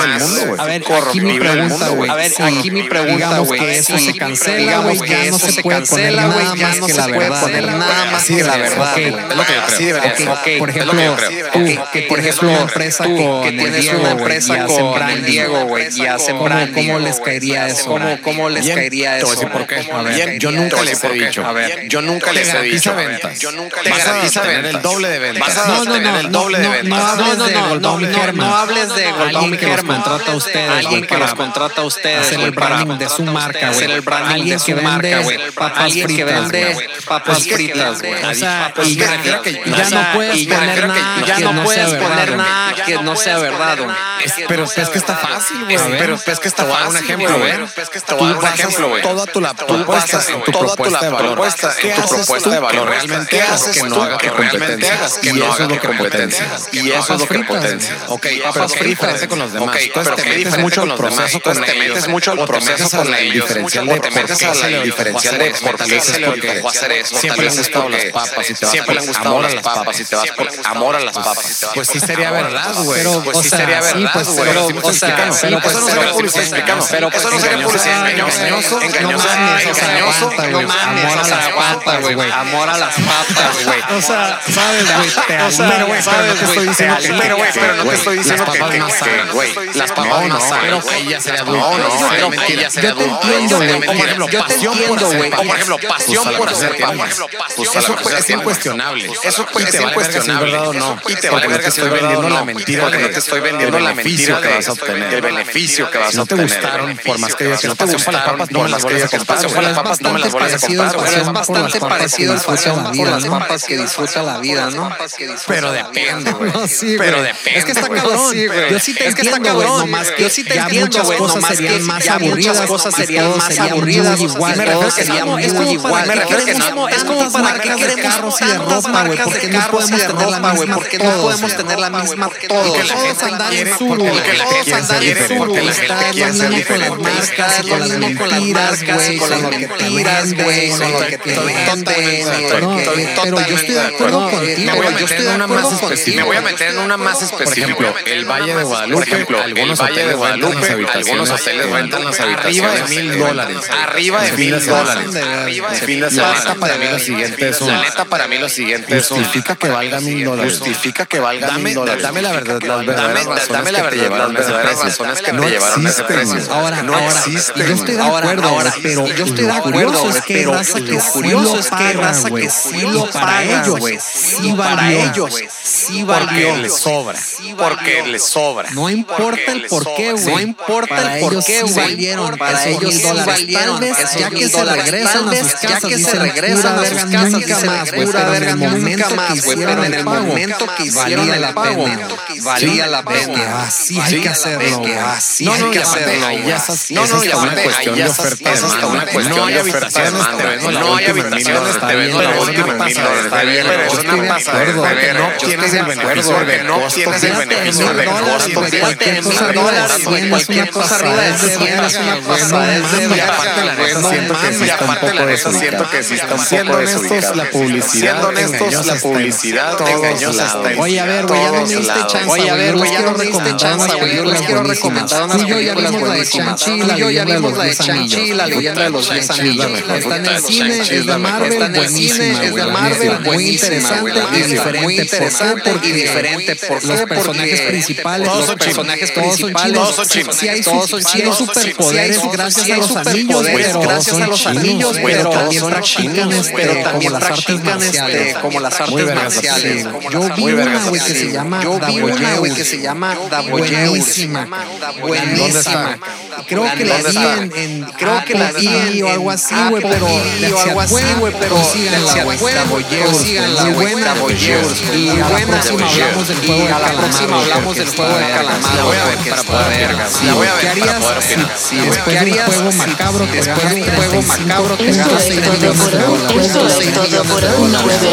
C: más
B: mundo, güey.
D: A ver, aquí mi pregunta, güey.
C: A ver,
D: aquí mi pregunta,
C: digamos
D: güey.
C: que
D: eso se cancela,
C: digamos
D: güey,
C: que
D: ya no
C: eso
D: se
C: se
D: puede
C: cancela,
D: poner
C: güey,
D: nada
C: ya
D: más
C: no
D: que
C: se
D: la
C: puede
D: verdad,
C: poner
D: güey.
C: nada más
D: Así
C: que
D: es
C: la
D: verdad,
C: verdad,
D: güey.
C: güey. Es lo que yo creo.
D: Así debería
C: Ok,
D: ser.
C: ok,
D: Por
C: es lo
D: ejemplo,
C: que yo creo.
D: tú,
C: Ok,
D: que
C: ok,
D: tienes
C: es lo
D: una
C: que yo
D: empresa
C: creo.
D: con
C: Que tienes
D: el
C: una
D: Diego, güey,
C: empresa
D: y hacen
C: con el
D: branding.
C: Diego, güey, y hacen
D: ¿Cómo-
C: branding,
D: ¿Cómo les
C: güey?
D: caería eso?
C: ¿Cómo- cómo
D: les
B: Bien, te voy a decir por qué.
D: ¿Cómo les
B: Bien,
D: caería
B: yo
D: eso?
B: nunca les he
C: ¿Por qué?
B: dicho.
C: A ver, yo nunca
B: Te
C: les he
B: garantiza
C: dicho.
B: ventas.
C: Yo nunca
B: Te
C: les he
B: garantiza
C: dicho.
B: tener el doble de ventas.
C: Vas a
D: No, no,
C: tener
D: no,
C: el doble de
D: no,
C: ventas.
D: no hables
C: No,
D: de
C: no,
D: Goldbaum
C: no,
D: y
C: no,
D: Kerman.
C: no hables de
D: Alguien
C: Goldbaum y
D: que los
C: Kerman.
D: contrata a ustedes,
C: Alguien
D: güey,
C: que los
D: para
C: contrata a ustedes.
D: hacer
C: güey,
D: el branding
C: para
D: de su marca,
C: Hacer
D: güey.
C: el branding de
D: Alguien
C: su
D: que
C: marca,
D: vende
C: güey.
D: papas
C: Alguien que
D: fritas,
C: vende
D: güey.
C: papas
D: Alguien que
C: fritas,
D: vende o
C: güey.
D: sea,
C: Papas
D: y- ya no
C: fritas. Y me
D: puedes
C: refiero
D: poner
C: que-
D: nada
C: ya
D: que
C: no
D: no
C: puedes
D: sea
C: poner
D: verdad,
C: nada que no sea verdad, güey.
B: Es- pero es que está fácil, güey.
C: Es-
B: A ver.
C: Pero es que está
B: Te voy a dar un
C: fácil,
B: ejemplo,
C: güey.
B: güey.
C: Pero es que te voy a dar
B: Tú
C: un
B: basas
C: ejemplo, güey.
B: toda tu la-
C: Tú
B: tú
C: basas
B: basas en tu
C: toda tu
B: propuesta
C: la-
B: de valor.
C: propuesta, en
B: ¿Qué
C: tu
B: haces tú
C: propuesta de valor.
B: que realmente
C: ¿Qué
B: hagas
C: haces
B: que no
C: tú
B: haga
C: que
B: que
C: realmente
B: competencia?
C: hagas que
B: Y
C: no
B: eso es
C: haga
B: lo que
C: competencia?
B: competencia.
C: Y eso es lo que
B: Papas fritas,
C: competencia.
B: güey. Ok,
C: Papas
B: pero ¿qué
C: fritas.
B: diferencia con los demás?
C: Ok,
B: Entonces,
C: pero
B: te
C: ¿qué
B: metes
C: diferencia
B: mucho
C: con
B: al
C: los demás?
B: proceso
C: Entonces,
B: con
C: te
B: ellos.
C: metes mucho al
B: O te
C: proceso
B: metes a
C: con
B: la
C: ellos.
B: diferencial
C: O
B: de
C: te metes a
B: por qué
C: la
B: se le dejó
C: diferencial
B: hacer
C: de por qué
B: esto,
C: se le
B: porque
C: dejó hacer esto,
B: siempre le
C: tal
B: han
C: vez
B: gustado
C: porque
B: las papas y te vas
C: siempre
B: por
C: le han gustado
B: amor a
C: las
B: las
C: papas
B: papas.
C: y te vas por amor a las papas y te vas
B: Pues sí
C: por
B: sería
C: amor a
B: verdad,
C: las
B: güey.
C: papas.
B: Pues
C: Pues
B: sí
C: sí
B: sería
C: sería
B: verdad,
C: verdad,
B: pues,
C: güey.
B: pero,
C: Sí,
B: o
C: pues,
B: sea,
C: explícanos.
B: pero, pues,
C: Eso no sería
B: pero,
C: publicidad,
B: pues,
C: explícanos.
B: pero, pues,
C: Eso no sería publicidad,
B: engañosa,
C: engañoso,
B: engañosa,
C: engañoso,
B: engañosa,
C: engañoso,
B: aguanta,
C: no
B: güey.
C: mames,
B: Amor a
C: o sea,
B: las papas, güey.
C: Amor a las papas, güey.
D: O sea, sabes, güey, te
B: O sea,
D: alivia,
B: güey,
D: sabes,
B: pero no te estoy
D: güey,
B: diciendo que-
D: te alivia.
C: Pero, güey, pero no te estoy diciendo
B: las
C: que,
B: papas
C: que-
B: no
C: que-
B: saben,
C: güey,
B: güey.
C: las
B: No,
C: papas no
B: no,
C: saben,
B: pero
C: güey.
B: que ya sería
C: No,
B: adulto.
C: no,
B: Yo
C: realmente
B: te
C: ya sería
B: entiendo,
C: adulto.
B: güey.
C: Realmente,
B: Yo te
C: por ejemplo,
B: entiendo,
C: pasión
B: güey.
C: por hacer
B: Yo te
C: papas. Por ejemplo,
B: entiendo,
C: pasión
B: güey.
C: por hacer
B: Pues a la
C: papas.
B: verga,
C: Pues
B: Eso
C: a la
B: pues,
C: verga,
B: es incuestionable.
C: Eso pues,
B: Y te vale
C: es
B: verga si es
C: incuestionable.
B: verdad o no.
C: Y te
B: Porque
C: vale
B: te
C: verga si
B: estoy
C: es verdad
B: vendiendo
C: o
B: la
C: no.
B: mentira
C: Porque
B: que-
C: no te estoy vendiendo
B: el
C: la
B: beneficio
C: mentira
B: que
C: de-
B: vas a obtener.
C: El beneficio que vas
B: Si
C: a
B: no te
C: obtener.
B: gustaron, por más que digas que
C: Si
B: no te gustan las papas, no me las vuelves a comprar.
C: Pasión por las papas, no me las vuelves a comprar.
D: Pero
C: güey.
D: es bastante parecido a
C: Pasión
D: disfruta la
C: por
D: vida,
C: las
D: ¿no?
C: papas que disfruta la vida, ¿no? Pero depende, güey.
D: No, sí,
C: Pero
D: güey.
C: depende,
D: Es que está
C: güey.
D: cabrón.
C: Sí, güey.
D: yo sí te
C: Es que
D: entiendo,
C: está
D: güey,
C: cabrón,
D: nomás
C: güey.
D: que yo sí te
C: Ya
D: entiendo,
C: muchas
D: güey,
C: cosas
D: nomás
C: serían
D: que
C: más
D: ya muchas
C: aburridas,
D: cosas
C: todo
D: serían
C: sería
D: más
C: muy
D: aburridas,
C: igual,
D: todo
C: me refiero que
D: sería
C: no,
D: muy
C: es como
D: igual.
C: para- me refiero que
D: Queremos
C: no,
D: como- es como
C: tantas
D: para
C: marcas
D: que
C: de
D: queremos
C: carros y de
D: tantas
C: ropa,
D: marcas
C: güey,
D: de
C: porque no
D: carros
C: podemos
D: y de
C: tener la
D: ropa, güey,
C: misma
D: porque no
C: todos,
D: podemos
C: güey.
D: tener la misma
C: Porque
D: todos.
C: la
D: Todos
C: gente
D: andan
C: quiere-
D: en su
C: porque la
D: güey,
C: gente
D: todos
C: quiere
D: andan
C: ser
D: en su
C: diferente,
D: güey,
C: la gente
D: está
C: quiere
D: lo
C: ser
D: mismo con las
C: diferente,
D: marcas,
C: está
D: con las mentiras, güey, con lo que te tiras, güey, con lo que te
C: Totalmente
D: venden,
C: de acuerdo.
D: no, eh,
C: Estoy
D: Pero yo estoy de acuerdo
C: totalmente de acuerdo.
B: contigo. Me voy a meter en una más específica.
C: Me voy a meter en una más específica.
B: Por ejemplo, el Valle de Guadalupe.
C: Por ejemplo,
B: algunos
C: el Valle de
B: hoteles rentan
C: Guadalupe,
B: las habitaciones.
C: algunos hoteles rentan las
B: Arriba de
C: habitaciones.
B: mil dólares.
C: Arriba de
B: En
C: mil
B: fines
C: dólares.
B: Arriba de mil
C: En fin de
B: dólares.
C: semana.
B: La neta, para mí lo siguiente es un-
C: La neta, para mí lo siguiente es un-
B: Justifica que valga mil dólares.
C: Justifica que valga
B: Dame-
C: mil dólares.
B: dame la verdad, las
C: Dame-
B: verdaderas razones
C: Dame la
B: que te
C: verdad,
B: llevaron
C: las
B: a ese
C: verdaderas
B: precio.
C: razones que
B: No
C: te llevaron a ese
B: existen,
C: precio.
B: güey.
D: Ahora,
C: No
D: ahora,
C: existen,
D: yo estoy de
C: güey.
D: acuerdo,
C: Ahora,
D: ahora, pero
C: existen.
D: yo estoy de
C: Lo
D: acuerdo,
C: curioso
D: güey,
C: es que
D: pero
C: raza
D: lo
C: que-
D: curioso es que
C: paga,
D: raza
C: güey.
D: que sí lo para
C: paga,
D: ellos,
C: güey.
D: güey,
C: Sí
D: sí
C: lo
D: para
C: paga,
D: ellos,
C: güey.
D: sí
C: Porque
D: valió.
C: les sobra. Porque les sobra.
D: No importa el
C: les
D: por qué,
C: sobra.
D: güey. No importa
B: Para
D: el por
B: ellos
D: qué,
B: sí
D: güey.
B: valieron
D: Para
B: esos
D: ellos
B: mil
D: sí
B: dólares.
D: valieron.
B: Tal vez,
D: esos
B: ya
D: mil
B: que se
D: dólares.
B: regresan
D: Tal
B: a
D: vez,
B: sus
D: Ya
B: casas,
D: que se
B: dicen,
D: regresan a
B: "Pura
D: sus
B: verga,
D: casas,
B: nunca
D: dicen,
B: más, güey",
D: "Pura
B: pero en
D: verga,
B: el
D: nunca
B: momento
D: más,
B: que
D: güey,
B: hicieron
D: Pero en
B: el
D: el
B: pago,
D: momento que hicieron
B: valía
D: el
B: la
D: pago,
B: pena.
D: valía la
B: Valía la
D: pena.
B: pena. Sí,
D: Así hay
B: hay
D: que
B: que
D: hacerlo,
B: güey.
D: güey. Así
B: No,
D: hay
B: no,
D: que
B: y aparte,
D: hacerlo,
B: ahí
D: güey.
B: ya esas-
D: Así
C: No,
D: es
C: no,
B: Esa
C: y
B: es una
C: aparte,
B: cuestión
C: ahí ya
B: de
C: esas-
B: oferta y
C: esa es hasta
B: demanda,
C: una
B: güey.
C: cuestión
B: No hay
C: de oferta y
B: habitaciones,
C: demanda,
B: te
C: güey.
B: vendo la
C: No hay
B: última en
C: habitaciones,
B: mil
C: te vendo
B: dólares, está bien,
C: la última en
B: pero
C: mil
B: es una
C: dólares, está
B: pasada, yo estoy
C: bien, pero es una
B: de
C: pasada,
B: acuerdo,
C: está
B: porque
C: bien,
B: no
C: yo
B: tienes
C: estoy
B: el beneficio
C: de acuerdo,
B: del
C: porque no
B: costo,
C: tienes
B: fíjate,
C: el beneficio
B: mil
C: del
B: dólares,
C: costo,
B: güey,
C: tienes
B: cualquier
C: el
B: cosa
C: beneficio
B: arriba de
C: del
B: cien, es
C: costo, cualquier
B: una cosa de cien,
C: cosa arriba de cien, es
B: es
C: una
B: una
C: cosa
B: cosa
C: de
B: de
C: cien,
B: cien,
C: y aparte la neta
B: no
C: siento que
B: mames,
C: sí está un
B: aparte
C: poco
B: la neta
C: desubicado.
B: siento que sí está un
C: Siendo
B: poco
C: honestos,
B: desubicado.
C: la publicidad
B: Siendo
C: te
B: honestos,
C: engañosa
B: la
C: está en
B: publicidad
C: todos
B: te engañosa
C: lados.
B: está en
D: Oye, a ver,
C: todos
D: güey, ya no me diste
C: lados.
D: chance.
B: Oye, a ver, güey, ya no me diste
D: chance, güey. Yo les quiero recomendar unas
B: Tú y yo ya vimos
D: películas
B: la de
D: buenísimas.
B: Shang-Chi,
D: Tú
B: la
D: y yo ya
B: leyenda de
D: vimos
B: los
D: la de
B: diez
D: Shang-Chi,
B: anillos.
D: la leyenda de los
B: Puta,
D: 10
B: Shang-Chi es la
D: anillos.
B: mejor.
D: Está en
B: Puta,
D: el cine,
B: Shang-Chi
D: es de Marvel,
B: Está en el
D: buenísima,
B: cine, es de
D: güey, la
B: Marvel,
D: neta. muy
B: buenísima,
D: interesante
B: güey, la
D: y
B: neta.
D: diferente.
B: Muy interesante
D: ¿Por qué?
B: y
D: y
B: diferente.
D: diferente. ¿Por
B: Los
D: qué?
B: personajes
D: Porque
B: principales,
D: todos
B: los
D: son
B: personajes
D: personajes principales,
B: principales,
D: todos son
B: todos
D: chinos.
B: hay su-
D: Todos son
B: sí hay
D: chinos,
B: superpoderes
D: sí hay
B: gracias
D: sí
B: a
D: hay
B: los anillos,
D: superpoderes Pues,
B: pero
D: gracias a
B: todos
D: los
B: son
D: anillos,
B: chinos,
D: pero
B: güey, todos
D: también
B: son
D: practican
B: chinos,
D: este,
B: pero
D: como las artes
B: marciales.
D: marciales, este, como las
B: Muy
D: artes
B: vergas las
D: marciales.
B: artes marciales.
D: Yo
B: Muy
D: vi
B: vergas
D: una,
B: las
D: güey, que
B: artes
D: se llama
B: marciales.
D: yo vi una, güey, que se llama Daboyeur.
B: Buenísima. ¿Dónde está?
D: Buenísima. Creo que la
B: ¿Dónde
D: vi
B: está?
D: en, en- creo que la vi
B: Apple
D: en,
B: TV o algo así, güey,
D: Apple
B: pero
D: TV
B: la
D: o algo así,
B: Chiapué,
D: güey, pero
B: consíganla,
D: la
B: güey,
D: Chiapué,
B: Daboyeur,
D: consíganla,
B: muy
D: güey,
B: buena,
D: Daboyeur.
B: Daboyeur.
D: Y
B: Y a la
D: buena,
B: próxima hablamos del
D: y
B: juego del
D: a la
B: calamar,
D: próxima
B: güey,
D: hablamos
B: porque
D: del
B: está
D: juego del
B: verga.
D: calamar,
B: La voy a
D: güey,
B: ver
D: que
B: para
D: está
B: poder
D: verga.
B: opinar.
D: Sí,
B: La voy a
D: güey.
B: ver
D: ¿Qué
B: para
D: harías
B: poder
D: si-
B: opinar.
D: si
B: Sí,
D: después de un juego macabro te
B: después de un
D: ganas
B: juego
D: 35
B: macabro te
D: pesos,
B: ganas seis
D: seis millones
B: millones de
D: de dólares.
B: dólares.
F: Esto es todo por hoy. Nos vemos el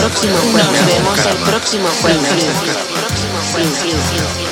F: próximo jueves. Nos vemos el próximo jueves.